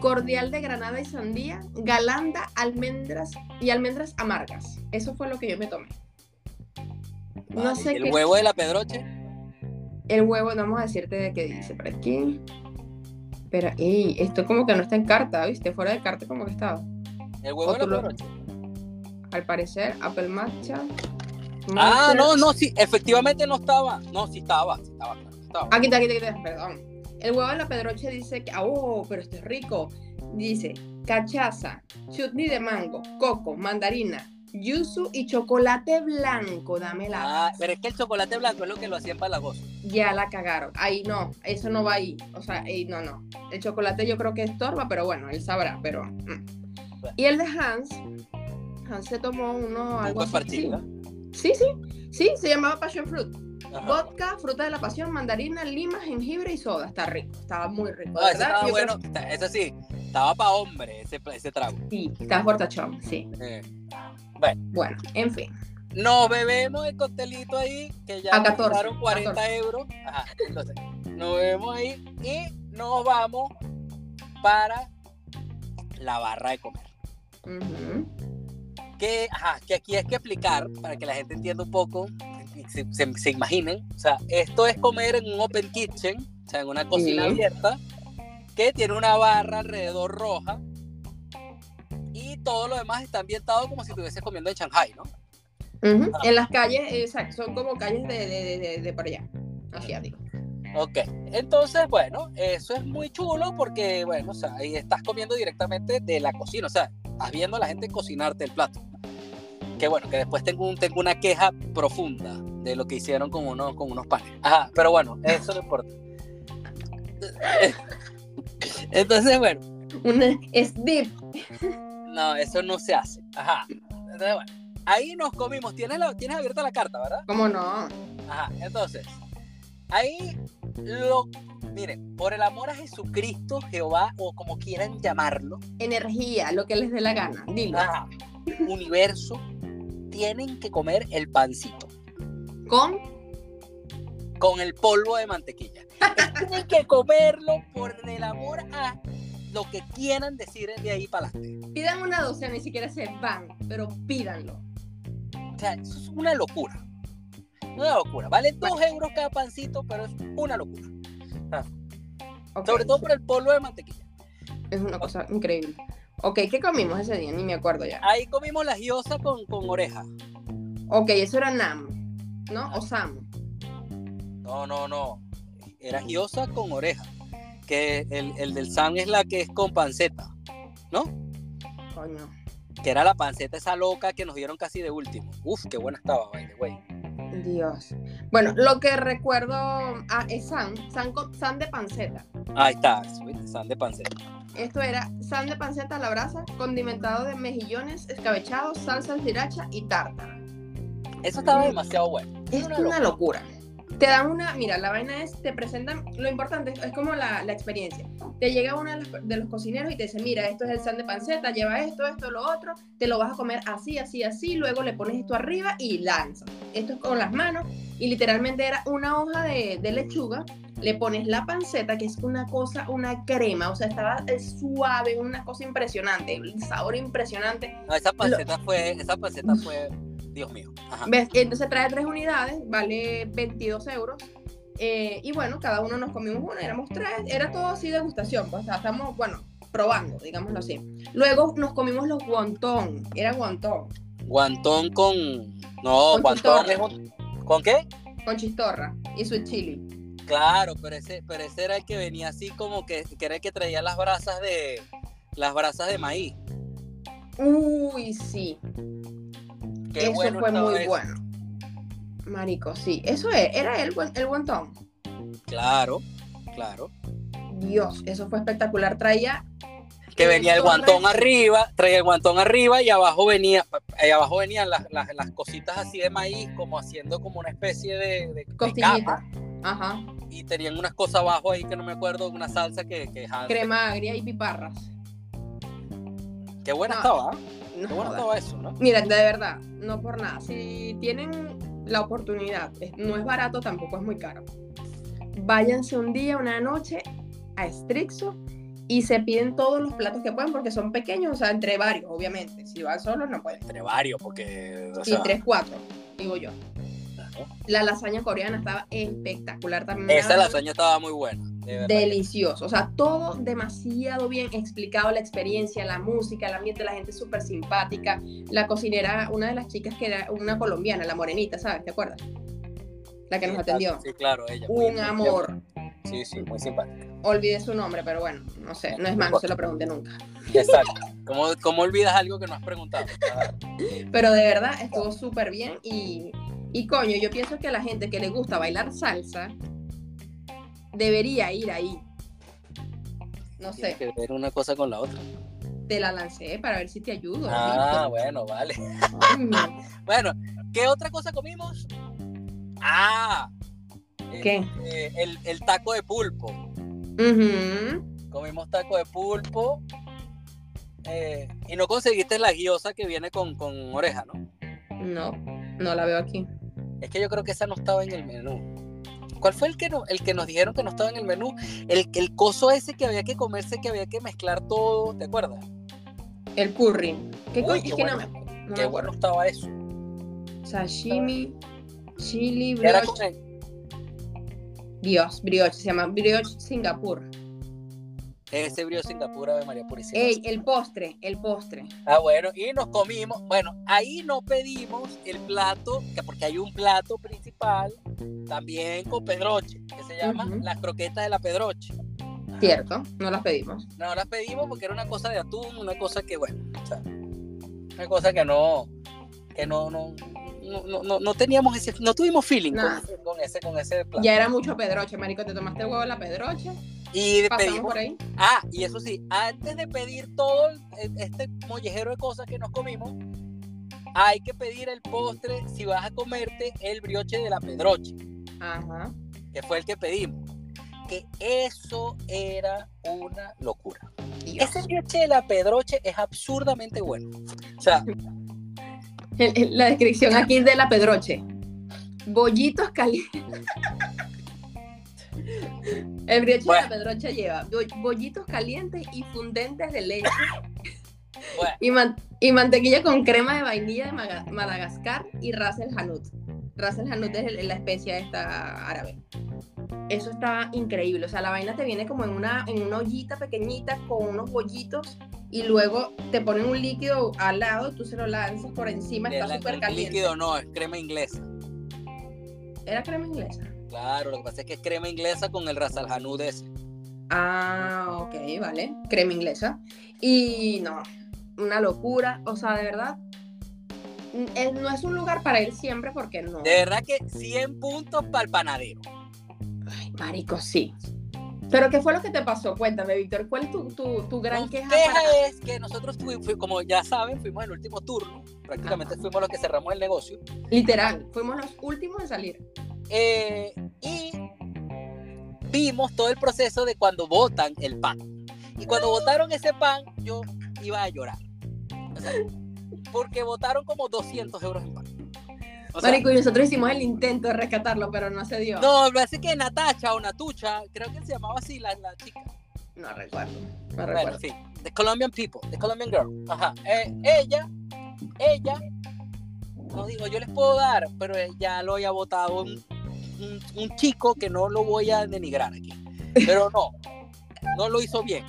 Speaker 1: Cordial de Granada y Sandía, Galanda, Almendras y Almendras Amargas. Eso fue lo que yo me tomé. No
Speaker 2: Vale,
Speaker 1: sé
Speaker 2: ¿y El
Speaker 1: qué-
Speaker 2: huevo de la Pedroche.
Speaker 1: El huevo, no vamos a decirte de qué dice, por aquí. Pero, ey, esto como que no está en carta, ¿viste? Fuera de carta como que estaba.
Speaker 2: El huevo de la
Speaker 1: Otro-
Speaker 2: Pedroche.
Speaker 1: Al parecer, Apple Matcha.
Speaker 2: Ah,
Speaker 1: Monster-
Speaker 2: no, no, sí, efectivamente no estaba. No, sí estaba, sí estaba, claro, estaba.
Speaker 1: Aquí está, aquí está, aquí está, perdón. El huevo de la Pedroche dice que, ah, oh, pero esto es rico. Dice cachaza, chutney de mango, coco, mandarina, yuzu y chocolate blanco. Dámela.
Speaker 2: Ah, pero es que el chocolate blanco es lo que lo hacían palagoso.
Speaker 1: Ya la cagaron. Ahí no, eso no va ahí. O sea, ahí no, no. El chocolate yo creo que estorba, pero bueno, él sabrá, pero. mm. Y el de Hans, Hans se tomó uno algo
Speaker 2: Nunca
Speaker 1: así. Sí,
Speaker 2: partida.
Speaker 1: sí, sí, sí, se llamaba Passion Fruit. Vodka, fruta de la pasión, mandarina, lima, jengibre y soda. Está rico, estaba muy rico.
Speaker 2: No,
Speaker 1: de
Speaker 2: Ah, ese
Speaker 1: ¿verdad?
Speaker 2: estaba
Speaker 1: Yo
Speaker 2: bueno,
Speaker 1: creo-
Speaker 2: está- ese sí, estaba para hombre ese, pla- ese trago.
Speaker 1: Sí, estaba fortachón, sí.
Speaker 2: Eh,
Speaker 1: Bueno, en fin.
Speaker 2: Nos bebemos el costelito ahí, que ya
Speaker 1: A
Speaker 2: nos
Speaker 1: 14,
Speaker 2: costaron 40
Speaker 1: 14.
Speaker 2: euros. Ajá, entonces, nos bebemos ahí y nos vamos para la barra de comer.
Speaker 1: Ujú.
Speaker 2: que, ajá, que aquí hay que explicar para que la gente entienda un poco, y se, se, se imaginen. O sea, esto es comer en un open kitchen, o sea, en una cocina
Speaker 1: Sí.
Speaker 2: abierta, que tiene una barra alrededor roja y todo lo demás está ambientado como si estuvieses comiendo en Shanghai, ¿no?
Speaker 1: Ujú. En las calles, exacto, son como calles de, de, de, de, de por allá, asiático.
Speaker 2: Ok, entonces, bueno, eso es muy chulo porque, bueno, o sea, ahí estás comiendo directamente de la cocina, o sea, estás viendo a la gente cocinarte el plato. Que bueno, que después tengo, un, tengo una queja profunda de lo que hicieron con unos, con unos panes. Ajá, pero bueno, eso no importa. Entonces, bueno,
Speaker 1: Una- es deep.
Speaker 2: no, eso no se hace. Ajá. Entonces, bueno, ahí nos comimos. Tienes, la, tienes abierta la carta, ¿verdad?
Speaker 1: ¿Cómo no?
Speaker 2: Ajá, entonces, ahí lo. Miren, por el amor a Jesucristo, Jehová, o como quieran llamarlo,
Speaker 1: Energía, lo que les dé la gana. Dilo.
Speaker 2: ajá, universo, tienen que comer el pancito
Speaker 1: Con.
Speaker 2: con el polvo de mantequilla. tienen que comerlo por el amor a lo que quieran decir de ahí para adelante.
Speaker 1: Pidan una docena, ni siquiera se van, pero pídanlo.
Speaker 2: O sea, eso es una locura. Una locura. Vale dos euros cada pancito, pero es una locura.
Speaker 1: Ok,
Speaker 2: Sobre todo por el polvo de mantequilla.
Speaker 1: Es una cosa increíble. Ok, ¿qué comimos ese día? Ni me acuerdo ya.
Speaker 2: Ahí comimos la giosa con, con oreja.
Speaker 1: Ok, eso era Nam, ¿no? O Sam.
Speaker 2: No, no, no. Era giosa con oreja. Que el, el del Sam es la que es con panceta.
Speaker 1: Coño.
Speaker 2: Que era la panceta esa loca que nos dieron casi de último. Uf, qué buena estaba, by the way.
Speaker 1: Dios. Bueno, lo que recuerdo ah, es San, San, co- San de panceta.
Speaker 2: Ahí está, sweet, Sam de panceta.
Speaker 1: Esto era San de panceta a la brasa, condimentado de mejillones, escabechados, salsa sriracha y tártara.
Speaker 2: Eso estaba demasiado bueno.
Speaker 1: Es
Speaker 2: Una
Speaker 1: una locura. Te dan una, mira, la vaina es, te presentan, lo importante es, es como la, la experiencia. Te llega uno de los, de los cocineros y te dice, mira, esto es el san de panceta, lleva esto, esto, lo otro, te lo vas a comer así, así, así, luego le pones esto arriba y lanzas. Esto es con las manos y literalmente era una hoja de, de lechuga, le pones la panceta, que es una cosa, una crema, o sea, estaba eh, suave, una cosa impresionante, el sabor impresionante.
Speaker 2: No, esa panceta fue, esa panceta fue, Dios mío. Ajá.
Speaker 1: ¿Ves? Entonces trae tres unidades, vale 22 euros. Eh, y bueno, cada uno nos comimos una, éramos tres, era todo así degustación, pues o sea, estamos, bueno, probando, digámoslo así. Luego nos comimos los guantón, era guantón,
Speaker 2: Guantón con, no,
Speaker 1: Con
Speaker 2: guantón
Speaker 1: chistorra.
Speaker 2: es un- ¿con qué?
Speaker 1: con chistorra y su chili.
Speaker 2: Claro, pero ese, pero ese era el que venía así como que, que era el que traía las brasas de, las brasas de maíz.
Speaker 1: Uy, sí.
Speaker 2: Qué
Speaker 1: eso
Speaker 2: bueno
Speaker 1: fue
Speaker 2: estaba
Speaker 1: muy
Speaker 2: eso.
Speaker 1: bueno. Marico, sí. Eso es, era el, buen- el guantón.
Speaker 2: Claro, claro.
Speaker 1: Dios, eso fue espectacular. Traía.
Speaker 2: Que venía el
Speaker 1: Entonces-
Speaker 2: guantón arriba, traía el guantón arriba y abajo venía, y abajo venían las, las- las cositas así de maíz, como haciendo como una especie de, de- de
Speaker 1: Costillita.
Speaker 2: capa.
Speaker 1: Ajá.
Speaker 2: Y tenían unas cosas abajo ahí que no me acuerdo, una salsa que, que ah,
Speaker 1: Crema agria y piparras.
Speaker 2: qué buena
Speaker 1: no,
Speaker 2: estaba, ¿ah?
Speaker 1: No
Speaker 2: qué
Speaker 1: jodas.
Speaker 2: buena estaba eso, ¿no?
Speaker 1: Mira, de verdad, no por nada. Si tienen la oportunidad, es- no es barato, tampoco es muy caro. Váyanse un día, una noche a Strixo y se piden todos los platos que puedan porque son pequeños, o sea, entre varios, obviamente. Si van solos, no pueden.
Speaker 2: Entre varios, porque. o
Speaker 1: Y
Speaker 2: sea,
Speaker 1: tres, cuatro, digo yo.
Speaker 2: Claro.
Speaker 1: La lasaña coreana estaba espectacular también.
Speaker 2: Esa
Speaker 1: Nada
Speaker 2: lasaña estaba muy buena. De verdad.
Speaker 1: Delicioso, o sea, todo demasiado bien explicado, la experiencia, la música, el ambiente, la gente súper simpática, la cocinera, una de las chicas que era una colombiana, la morenita, ¿sabes? ¿Te acuerdas? La que nos
Speaker 2: Sí,
Speaker 1: atendió.
Speaker 2: Sí, claro, ella. muy-
Speaker 1: Un
Speaker 2: muy-
Speaker 1: amor,
Speaker 2: Sí, sí, muy simpática.
Speaker 1: olvidé su nombre, pero bueno, no sé, no es más, no se lo pregunté nunca.
Speaker 2: Exacto. ¿Cómo, cómo olvidas algo que no has preguntado? Ah,
Speaker 1: Pero de verdad estuvo súper bien y, y coño, yo pienso que a la gente que le gusta bailar salsa debería ir ahí. No
Speaker 2: Tiene
Speaker 1: sé,
Speaker 2: que ver una cosa con la otra.
Speaker 1: te la lancé para ver si te ayudo.
Speaker 2: Ah,
Speaker 1: Víctor.
Speaker 2: bueno, vale.
Speaker 1: Coño.
Speaker 2: Bueno, ¿qué otra cosa comimos? Ah. eh,
Speaker 1: ¿Qué?
Speaker 2: eh, el, el taco de pulpo.
Speaker 1: Ujú.
Speaker 2: Comimos taco de pulpo. eh, y no conseguiste la guiosa que viene con, con oreja, ¿no?
Speaker 1: No, no la veo aquí.
Speaker 2: Es que yo creo que esa no estaba en el menú. ¿Cuál fue el que, no, el que nos dijeron que no estaba en el menú? El, el coso ese que había que comerse, que había que mezclar todo, ¿te acuerdas?
Speaker 1: El curry. ¿Qué
Speaker 2: Uy,
Speaker 1: coño?
Speaker 2: qué
Speaker 1: Es que no
Speaker 2: bueno.
Speaker 1: me, no me
Speaker 2: Qué
Speaker 1: acuerdo.
Speaker 2: bueno estaba eso.
Speaker 1: Sashimi, chili,
Speaker 2: Era
Speaker 1: brioche.
Speaker 2: con el-
Speaker 1: Dios, brioche. Se llama brioche Singapur.
Speaker 2: ese brío Singapur, Ave María Purísima.
Speaker 1: Ey, el postre, el postre.
Speaker 2: Ah, bueno, y nos comimos. Bueno, ahí no pedimos el plato, que- porque hay un plato principal también con Pedroche, que se llama
Speaker 1: Ujú.
Speaker 2: las croquetas de la Pedroche. Ah.
Speaker 1: Cierto, no las pedimos.
Speaker 2: No las pedimos porque era una cosa de atún, una cosa que, bueno, o sea, una cosa que no, que no, no, no, no- no- no teníamos ese, no tuvimos feeling
Speaker 1: No.
Speaker 2: con, ese, con ese, con ese plato.
Speaker 1: Ya era mucho pedroche, marico. Te tomaste el huevo de la pedroche.
Speaker 2: Y
Speaker 1: Pasamos
Speaker 2: pedimos,
Speaker 1: por ahí.
Speaker 2: ah, y eso sí, antes de pedir todo el- este mollejero de cosas que nos comimos, hay que pedir el postre si vas a comerte el brioche de la pedroche,
Speaker 1: Ajá.
Speaker 2: que fue el que pedimos. Que eso era una locura.
Speaker 1: Dios.
Speaker 2: Ese brioche de la Pedroche es absurdamente bueno. O sea,
Speaker 1: El- el- La descripción aquí de la pedroche. Bollitos calientes. El brioche de la
Speaker 2: Bueno.
Speaker 1: pedroche lleva bo- bollitos calientes y fundentes de leche
Speaker 2: bueno,
Speaker 1: y, man- y mantequilla con crema de vainilla de Maga- Madagascar y ras el hanut. Ras el hanut es el- la especia esta árabe. Eso estaba increíble. O sea, la vaina te viene como en una, en una ollita pequeñita con unos bollitos y luego te ponen un líquido al lado y tú se lo lanzas por encima.
Speaker 2: de
Speaker 1: Está
Speaker 2: la-
Speaker 1: súper
Speaker 2: el
Speaker 1: caliente.
Speaker 2: líquido no, es crema inglesa.
Speaker 1: ¿Era crema inglesa?
Speaker 2: Claro, lo que pasa es que es crema inglesa con el ras al hanout ese.
Speaker 1: Ah, ok, vale. Crema inglesa. Y no, una locura. O sea, de verdad, n- es- no es un lugar para ir siempre porque no.
Speaker 2: De verdad que 100 puntos para el panadero.
Speaker 1: Ay, marico, sí. Pero, ¿qué fue lo que te pasó? Cuéntame, Víctor. ¿Cuál es tu, tu, tu gran
Speaker 2: Mi
Speaker 1: queja?
Speaker 2: queja
Speaker 1: para-
Speaker 2: es que nosotros, fui- fui- como ya saben, fuimos el último turno. Prácticamente fuimos los que cerramos el negocio.
Speaker 1: Literal, fuimos los últimos en salir.
Speaker 2: Eh, y vimos todo el proceso de cuando botan el pan. Y cuando botaron ese pan, yo iba a llorar. O sea, porque botaron como 200 euros en pan. O sea,
Speaker 1: marico, y nosotros hicimos el intento de rescatarlo, pero no se dio.
Speaker 2: no, me parece que Natacha o Natucha, creo que se llamaba así la, la chica.
Speaker 1: No recuerdo. No
Speaker 2: Bueno,
Speaker 1: recuerdo.
Speaker 2: en fin, The Colombian People, The Colombian Girl. Ajá. Eh, ella, ella nos dijo, yo les puedo dar, pero eh, ya lo había votado un, un- un chico que no lo voy a denigrar aquí. Pero no, no lo hizo bien.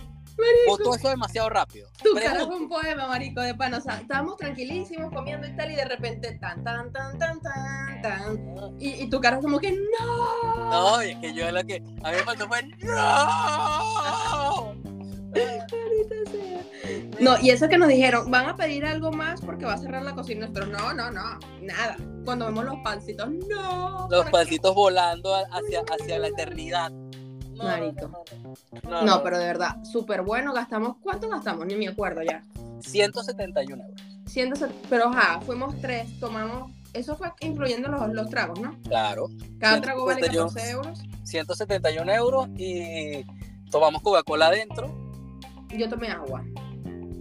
Speaker 2: Votó eso demasiado rápido.
Speaker 1: Tu
Speaker 2: Pero-
Speaker 1: cara fue un poema, marico, de pan. O sea, estábamos tranquilísimos comiendo y tal, y de repente tan, tan, tan, tan, tan, tan. Y, y tu cara es como que no.
Speaker 2: No, y es que yo la que. A mí me faltó fue. ¡No!
Speaker 1: Ahorita sea. No, y eso que nos dijeron, van a pedir algo más porque va a cerrar la cocina. Pero no, no, no, nada. Cuando vemos los pancitos, no.
Speaker 2: Los
Speaker 1: ¿para
Speaker 2: pancitos volando a- hacia, hacia la eternidad. No,
Speaker 1: Marico.
Speaker 2: no,
Speaker 1: qué?
Speaker 2: no,
Speaker 1: No, pero de verdad, súper bueno. Gastamos, ¿cuánto gastamos? Ni me acuerdo ya.
Speaker 2: 171 euros.
Speaker 1: 170, pero ajá, fuimos tres, tomamos, eso fue incluyendo los, los tragos, ¿no?
Speaker 2: Claro.
Speaker 1: Cada
Speaker 2: Sí, pues,
Speaker 1: trago vale
Speaker 2: posterior.
Speaker 1: 14 euros.
Speaker 2: 171 euros y tomamos Coca-Cola adentro.
Speaker 1: Yo tomé agua.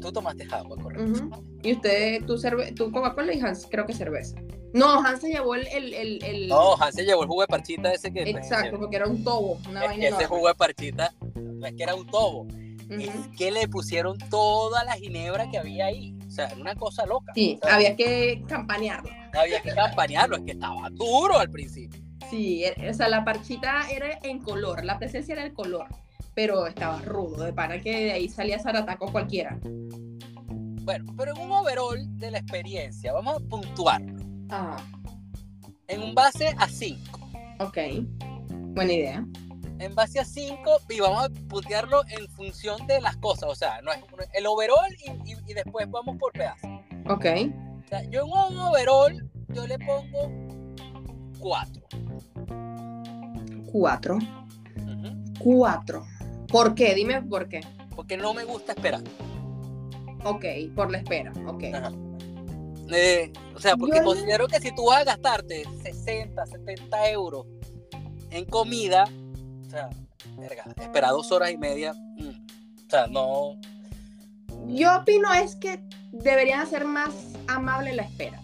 Speaker 2: Tú tomaste agua, correcto.
Speaker 1: Y usted, tú, cerve tú Coca-Cola y Hans, creo que cerveza. No, Hans se llevó el... el, el, el-
Speaker 2: No, Hans se llevó el jugo de parchita ese que.
Speaker 1: exacto, porque era un tobo, una
Speaker 2: Es
Speaker 1: vaina
Speaker 2: que ese
Speaker 1: enorme.
Speaker 2: jugo de parchita no es que era un tobo,
Speaker 1: Ujú.
Speaker 2: es que le pusieron toda la ginebra que había ahí. O sea, era una cosa loca.
Speaker 1: Sí,
Speaker 2: O sea,
Speaker 1: había que campanearlo.
Speaker 2: había que campanearlo, es que estaba duro al principio.
Speaker 1: Sí, era- o sea, la parchita era en color, la presencia era el color, pero estaba rudo, de para que de ahí salía Zarataco cualquiera.
Speaker 2: Bueno, pero en un overall de la experiencia, vamos a puntuar
Speaker 1: Ah,
Speaker 2: en un base a 5.
Speaker 1: ok. Buena idea.
Speaker 2: En base a 5 y vamos a puntearlo en función de las cosas. O sea, no es no es- el overall y, y- y después vamos por pedazos.
Speaker 1: Ok.
Speaker 2: O sea, yo en un overall yo le pongo 4.
Speaker 1: Cuatro. Cuatro. ¿Por qué? Dime por qué.
Speaker 2: Porque no me gusta esperar.
Speaker 1: Ok, por la espera. Ok.
Speaker 2: Ajá. Eh, o sea, porque
Speaker 1: Yo le-
Speaker 2: considero que si tú vas a gastarte 60, 70 euros en comida, o sea, verga, espera dos horas y media, mm, o sea, no,
Speaker 1: Yo opino es que deberían hacer más amable la espera.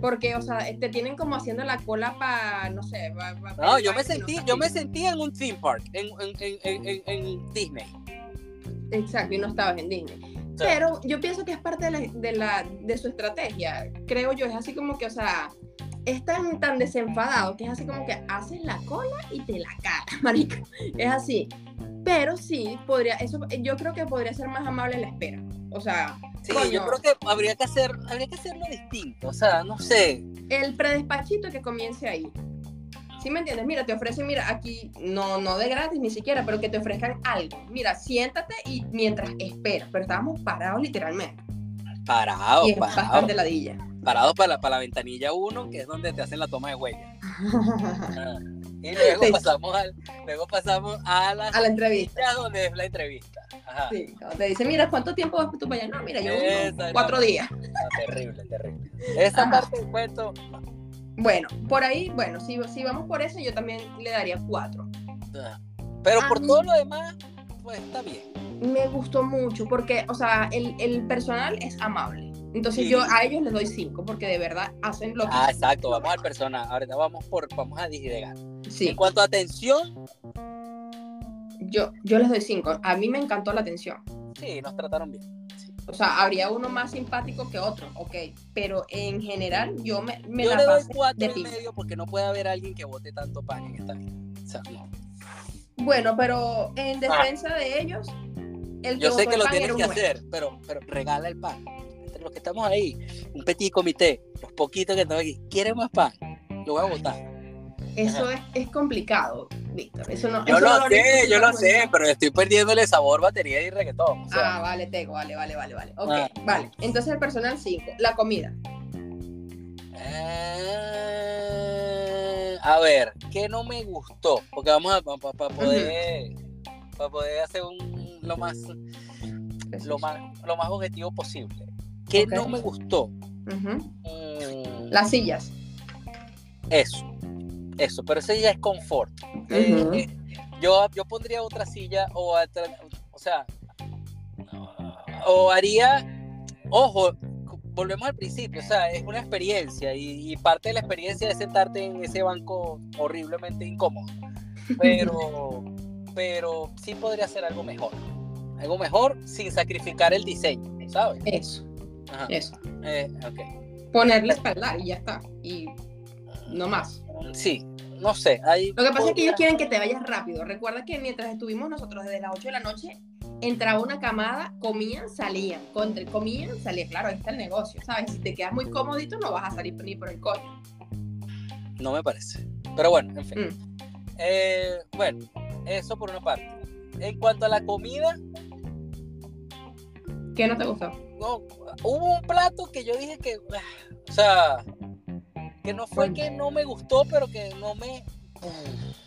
Speaker 1: Porque, o sea, te tienen como haciendo la cola para, no sé, pa- pa-
Speaker 2: no, yo
Speaker 1: pa-
Speaker 2: me
Speaker 1: no
Speaker 2: sentí,
Speaker 1: sé,
Speaker 2: yo me sentí en un theme park, en, en- en- en- en- en Disney.
Speaker 1: Exacto, y no estabas en Disney.
Speaker 2: O sea,
Speaker 1: Pero yo pienso que es parte de la, de, la- de su estrategia, creo yo. Es así como que, o sea, es tan, tan desenfadado que es así como que haces la cola y te la cara, marica. Es así. Pero sí, podría, eso, yo creo que podría ser más amable la espera. O sea,
Speaker 2: sí,
Speaker 1: coño.
Speaker 2: yo creo que habría que hacer, habría que hacerlo distinto, o sea, no sé.
Speaker 1: el predespachito que comience ahí. ¿Sí me entiendes? Mira, te ofrecen, mira, aquí, no, no de gratis ni siquiera, pero que te ofrezcan algo. Mira, siéntate y mientras esperas, pero estábamos parados literalmente.
Speaker 2: Parado,
Speaker 1: y es
Speaker 2: parado,
Speaker 1: bastante ladilla.
Speaker 2: parado para la, para la ventanilla 1, que es donde te hacen la toma de huella. Ah, Y luego
Speaker 1: Sí.
Speaker 2: pasamos al, luego pasamos a las
Speaker 1: A la entrevista.
Speaker 2: ya donde es la entrevista. Ajá.
Speaker 1: Sí, cuando te dice, mira, ¿cuánto tiempo vas tú para allá? No, mira, yo unos
Speaker 2: Exactamente.
Speaker 1: cuatro días.
Speaker 2: Ah, terrible, terrible. Esa
Speaker 1: Ajá.
Speaker 2: parte del cuento,
Speaker 1: Bueno, por ahí, bueno, si, si vamos por eso, yo también le daría cuatro.
Speaker 2: ah, pero
Speaker 1: A
Speaker 2: por
Speaker 1: mí-
Speaker 2: todo lo demás, pues está bien.
Speaker 1: Me gustó mucho porque, o sea, el, el personal es amable. Entonces
Speaker 2: Sí.
Speaker 1: yo a ellos les doy cinco porque de verdad hacen lo que...
Speaker 2: Ah, exacto, vamos al personal. Ahorita vamos por, vamos a disgregar.
Speaker 1: sí.
Speaker 2: En cuanto a atención,
Speaker 1: Yo, yo les doy cinco. A mí me encantó la atención.
Speaker 2: sí, nos trataron bien.
Speaker 1: O sea, habría uno más simpático que otro, ok. Pero en general, yo me, me
Speaker 2: Yo
Speaker 1: la
Speaker 2: le doy
Speaker 1: pasé de
Speaker 2: cuatro y
Speaker 1: pinza.
Speaker 2: medio porque no puede haber alguien que vote tanto pan en esta vida. O sea, no.
Speaker 1: Bueno, pero en defensa de ellos, el
Speaker 2: Ah. Yo sé
Speaker 1: votó
Speaker 2: que
Speaker 1: el
Speaker 2: lo
Speaker 1: pan
Speaker 2: tienes
Speaker 1: era un
Speaker 2: que
Speaker 1: buen.
Speaker 2: hacer, pero, pero regala el pan. Entre los que estamos ahí, un petit comité, los poquitos que estamos aquí, ¿quieren más pan? Lo voy a votar.
Speaker 1: Eso es, es complicado, Víctor. Eso no,
Speaker 2: Yo
Speaker 1: eso
Speaker 2: lo
Speaker 1: pues, no
Speaker 2: sé,
Speaker 1: habría
Speaker 2: yo lo
Speaker 1: sido
Speaker 2: sé,
Speaker 1: bueno.
Speaker 2: pero estoy perdiéndole sabor, batería y reggaetón. O sea,
Speaker 1: Ah, vale, Tego, vale, vale, vale, vale. Ok,
Speaker 2: Ah.
Speaker 1: vale. Entonces el personal cinco. La comida.
Speaker 2: eh, a ver, ¿qué no me gustó? Porque vamos a para poder, pa poder hacer un, lo, más, lo, más, lo más objetivo posible. ¿Qué
Speaker 1: Ok.
Speaker 2: no me gustó?
Speaker 1: Ujú.
Speaker 2: Mm,
Speaker 1: Las sillas.
Speaker 2: Eso, eso, pero ese ya es confort. Eh,
Speaker 1: Ujú.
Speaker 2: eh, yo, yo pondría otra silla o otra- o sea, o haría, ojo, volvemos al principio, o sea, es una experiencia y, y parte de la experiencia es sentarte en ese banco horriblemente incómodo, pero, pero sí podría ser algo mejor, algo mejor sin sacrificar el diseño, ¿sabes?
Speaker 1: Eso,
Speaker 2: Ajá,
Speaker 1: eso.
Speaker 2: eh, ok.
Speaker 1: Ponerle espaldar y ya está. Y no más.
Speaker 2: Sí, no sé, ahí
Speaker 1: Lo que pasa es que
Speaker 2: podría-
Speaker 1: ellos quieren que te vayas rápido. Recuerda que mientras estuvimos nosotros desde las 8 de la noche, entraba una camada, comían, salían. Contra, comían, salían. Claro, ahí está el negocio, ¿sabes? Si te quedas muy comodito, no vas a salir ni por el coño.
Speaker 2: No me parece. Pero bueno, en fin. Eh, bueno, eso por una parte. En cuanto a la comida,
Speaker 1: ¿Qué no te gustó?
Speaker 2: No, hubo un plato que yo dije que, ah, o sea, que no fue que no me gustó, pero que no me...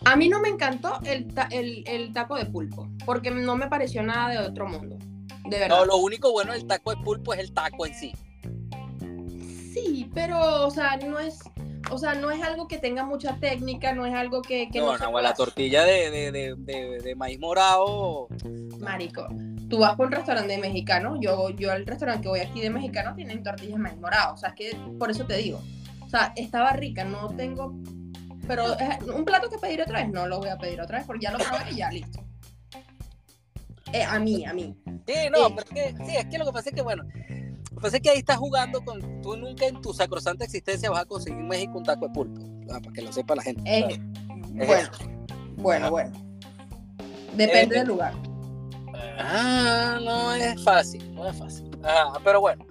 Speaker 1: A mí no me encantó el, ta- el, el taco de pulpo, porque no me pareció nada de otro mundo. De verdad.
Speaker 2: No, lo único bueno del taco de pulpo es el taco en sí.
Speaker 1: Sí, pero, o sea, no es. O sea, no es algo que tenga mucha técnica, no es algo que. que
Speaker 2: No,
Speaker 1: se
Speaker 2: no,
Speaker 1: pueda-
Speaker 2: la tortilla de, de, de, de, de maíz morado.
Speaker 1: Marico, tú vas por un restaurante mexicano, yo, yo al restaurante que voy aquí de mexicano tienen tortillas de maíz morado, o sea, es que por eso te digo. O sea, estaba rica, no tengo... Pero es un plato que pedir otra vez, no lo voy a pedir otra vez porque ya lo probé y ya, listo. Eh, a mí, a mí.
Speaker 2: Sí, no,
Speaker 1: Sí.
Speaker 2: pero es que, sí, es que lo que pasa es que, bueno, lo que pasa es que ahí estás jugando con. Tú nunca en tu sacrosanta existencia vas a conseguir en México un taco de pulpo. ah, para que lo sepa la gente.
Speaker 1: Eh, bueno, bueno, bueno. Depende del lugar.
Speaker 2: Ah, no es fácil, no es fácil. Ah, pero bueno.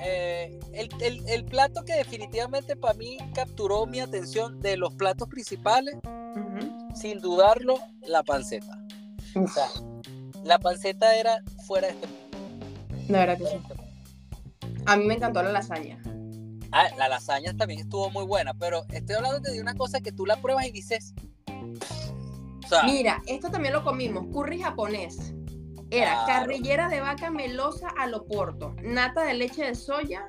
Speaker 2: Eh, el, el- el plato que definitivamente para mí capturó mi atención de los platos principales,
Speaker 1: Ujú.
Speaker 2: sin dudarlo, la panceta. O sea, la panceta era fuera de este
Speaker 1: De verdad que sí.
Speaker 2: mundo.
Speaker 1: A mí me encantó la lasaña.
Speaker 2: Ah, la lasaña también estuvo muy buena, pero estoy hablando de una cosa que tú la pruebas y dices. O sea,
Speaker 1: Mira, esto también lo comimos, curry japonés. Era
Speaker 2: Claro.
Speaker 1: carrillera de vaca melosa al oporto, nata de leche de soya,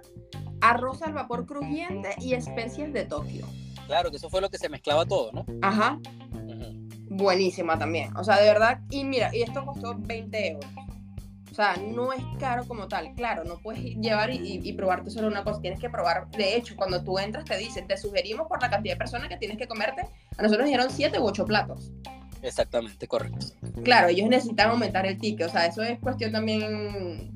Speaker 1: arroz al vapor crujiente y especies de Tokio.
Speaker 2: claro que eso fue lo que se mezclaba todo, ¿no?
Speaker 1: Ajá,
Speaker 2: Ujú.
Speaker 1: buenísima también. O sea, de verdad, y mira, y esto costó 20 euros. O sea, no es caro como tal. Claro, no puedes ir- llevar y, y- y probarte solo una cosa. Tienes que probar. De hecho, cuando tú entras te dicen, te sugerimos por la cantidad de personas que tienes que comerte. A nosotros nos dieron 7 u 8 platos.
Speaker 2: Exactamente, correcto.
Speaker 1: claro, ellos necesitan aumentar el ticket, o sea, eso es cuestión también,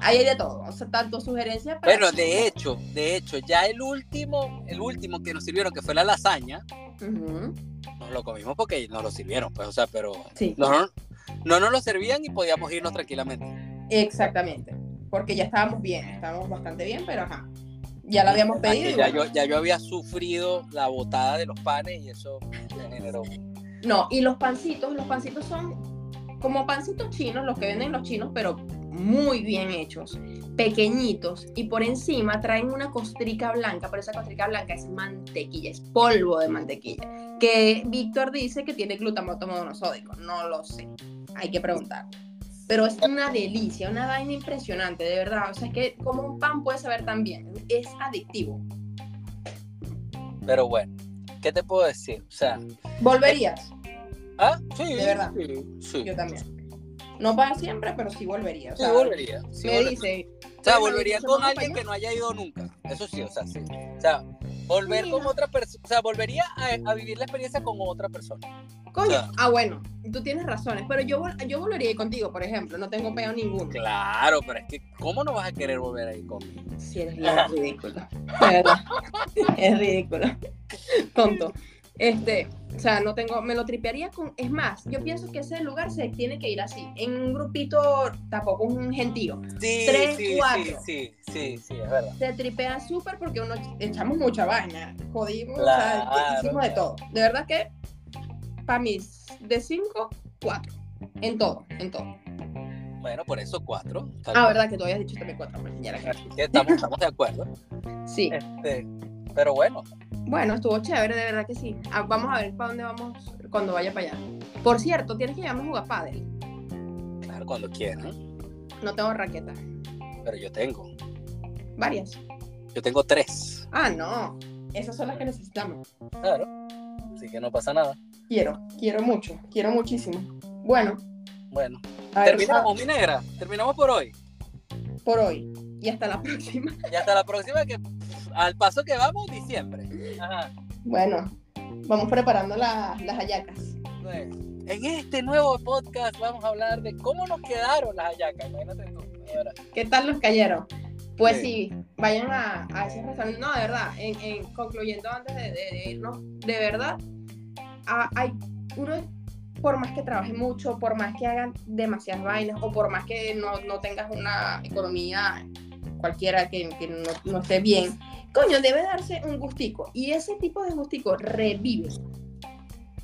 Speaker 1: ahí hay de todo, o sea, tanto sugerencias, para-
Speaker 2: Bueno, de hecho, de hecho, ya el último, el último que nos sirvieron, que fue la lasaña,
Speaker 1: Ujú,
Speaker 2: nos lo comimos porque nos lo sirvieron, pues, o sea, pero
Speaker 1: sí,
Speaker 2: no, no, no nos lo servían y podíamos irnos tranquilamente.
Speaker 1: exactamente, porque ya estábamos bien, estábamos bastante bien, pero ajá, ya lo habíamos
Speaker 2: Además que
Speaker 1: pedido. y
Speaker 2: Ya
Speaker 1: bueno.
Speaker 2: yo, ya yo había sufrido la botada de los panes y eso me generó.
Speaker 1: No, y los pancitos, los pancitos son como pancitos chinos, los que venden los chinos, pero muy bien hechos, pequeñitos, y por encima traen una costrica blanca, pero esa costrica blanca es mantequilla, es polvo de mantequilla, que Víctor dice que tiene glutamato monosódico, no lo sé, hay que preguntar. Pero es una delicia, una vaina impresionante, de verdad. O sea, es que como un pan puede saber tan bien, es adictivo.
Speaker 2: Pero bueno, ¿qué te puedo decir? O sea,
Speaker 1: ¿Volverías?
Speaker 2: Ah, sí.
Speaker 1: De verdad.
Speaker 2: Sí, sí.
Speaker 1: Yo también. No para siempre, pero sí volvería. O
Speaker 2: Sí,
Speaker 1: sea,
Speaker 2: volvería. sí
Speaker 1: me
Speaker 2: volvería.
Speaker 1: dice,
Speaker 2: O sea,
Speaker 1: Bueno,
Speaker 2: volvería
Speaker 1: ¿se
Speaker 2: con
Speaker 1: van a
Speaker 2: alguien
Speaker 1: España?
Speaker 2: que no haya ido nunca. Eso sí, o sea, sí. O sea, volver
Speaker 1: Sí,
Speaker 2: con
Speaker 1: no.
Speaker 2: otra persona. O sea, volvería a, a vivir la experiencia con otra persona.
Speaker 1: Coño,
Speaker 2: Claro.
Speaker 1: ah, bueno, tú tienes razones, pero yo, vol- yo volvería contigo, por ejemplo, no tengo peo ninguno.
Speaker 2: Claro, pero es que, ¿cómo no vas a querer volver ahí conmigo?
Speaker 1: Si eres bien ridículo, de verdad, es ridículo, tonto. Este, o sea, no tengo, me lo tripearía con, es más, yo pienso que ese lugar se tiene que ir así, en un grupito, tampoco un gentío,
Speaker 2: Sí,
Speaker 1: Tres,
Speaker 2: sí,
Speaker 1: cuatro.
Speaker 2: sí, sí, sí, sí, es verdad.
Speaker 1: se tripea súper porque uno echamos mucha vaina, jodimos, o sea,
Speaker 2: Claro,
Speaker 1: hicimos de
Speaker 2: claro.
Speaker 1: todo. De verdad que, para mí, de cinco, cuatro, en todo, en todo.
Speaker 2: Bueno, por eso cuatro. tal
Speaker 1: Ah,
Speaker 2: cual.
Speaker 1: verdad que tú habías dicho también cuatro, pues, ya la cagué.
Speaker 2: Así que estamos, estamos de acuerdo.
Speaker 1: Sí,
Speaker 2: Este, pero bueno,
Speaker 1: bueno, estuvo chévere, de verdad que sí. Ah, Vamos a ver para dónde vamos cuando vaya para allá. Por cierto, tienes que llevarme a jugar pádel.
Speaker 2: claro, cuando quieran.
Speaker 1: No tengo raqueta.
Speaker 2: Pero yo tengo.
Speaker 1: Varias.
Speaker 2: Yo tengo tres.
Speaker 1: Ah, no. Esas son las que necesitamos.
Speaker 2: Claro. Así que no pasa nada.
Speaker 1: Quiero, quiero mucho, quiero muchísimo. Bueno,
Speaker 2: Bueno,
Speaker 1: a ver,
Speaker 2: terminamos, mi negra. Terminamos por hoy.
Speaker 1: ah, por hoy. Y hasta la próxima.
Speaker 2: Y hasta la próxima, que pff, al paso que vamos, diciembre. Ajá.
Speaker 1: Bueno, vamos preparando la- las hallacas.
Speaker 2: Pues, En este nuevo podcast vamos a hablar de cómo nos quedaron las hallacas. Imagínate tú. Ahora,
Speaker 1: ¿Qué tal los cayeron? Pues
Speaker 2: Sí.
Speaker 1: sí, vayan a, a ese restaurante. No, de verdad, en, en- concluyendo antes de, de- de irnos, de verdad, a- hay uno, por más que trabaje mucho, por más que hagan demasiadas vainas, o por más que no, no tengas una economía cualquiera que, que no, no esté bien, coño, debe darse un gustico. Y ese tipo de gustico revive.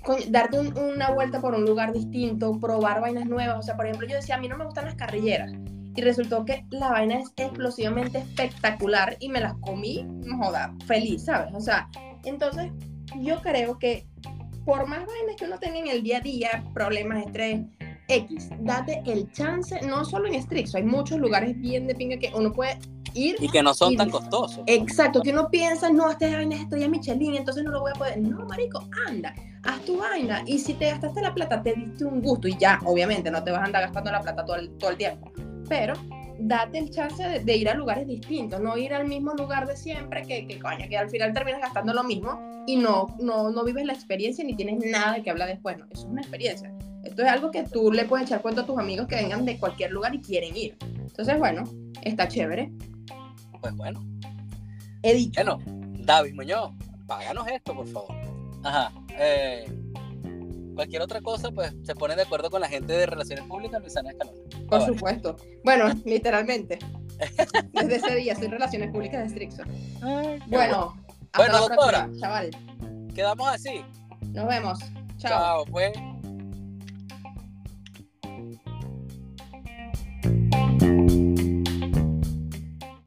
Speaker 1: Coño, darte un- una vuelta por un lugar distinto, probar vainas nuevas. O sea, por ejemplo, yo decía, a mí no me gustan las carrilleras Y resultó que la vaina es explosivamente espectacular y me las comí, no joda, feliz, ¿sabes? O sea, entonces yo creo que por más vainas que uno tenga en el día a día, problemas, estrés, X, date el chance, no solo en Strix, hay muchos lugares bien de pinga que uno puede ir.
Speaker 2: Y que no Eh. son
Speaker 1: y-
Speaker 2: tan costosos.
Speaker 1: Exacto, que uno piensa, no, esta vaina es esto ya es Michelin, entonces no lo voy a poder. No, marico, anda, haz tu vaina. Y si te gastaste la plata, te diste un gusto y ya, obviamente, no te vas a andar gastando la plata todo el, todo el tiempo. Pero date el chance de, de ir a lugares distintos, no ir al mismo lugar de siempre, que, que coño, que al final terminas gastando lo mismo y no, no, no vives la experiencia ni tienes nada de que hablar después. No, eso es una experiencia. Esto es algo que tú le puedes echar cuento a tus amigos que vengan de cualquier lugar y quieren ir. Entonces, bueno, está chévere.
Speaker 2: Pues bueno,
Speaker 1: He dicho.
Speaker 2: bueno, David Muñoz, páganos esto, por favor. Ajá. eh, cualquier otra cosa, pues se ponen de acuerdo con la gente de Relaciones Públicas, Luisana Escalona.
Speaker 1: Por
Speaker 2: Ah, vale.
Speaker 1: supuesto. Bueno, literalmente. Desde ese día soy relaciones públicas de Strixon.
Speaker 2: Ah, Qué
Speaker 1: Bueno, hasta
Speaker 2: Bueno,
Speaker 1: la
Speaker 2: doctora.
Speaker 1: próxima, chaval.
Speaker 2: bueno. Quedamos así.
Speaker 1: Nos vemos. Chao.
Speaker 2: Chao, pues.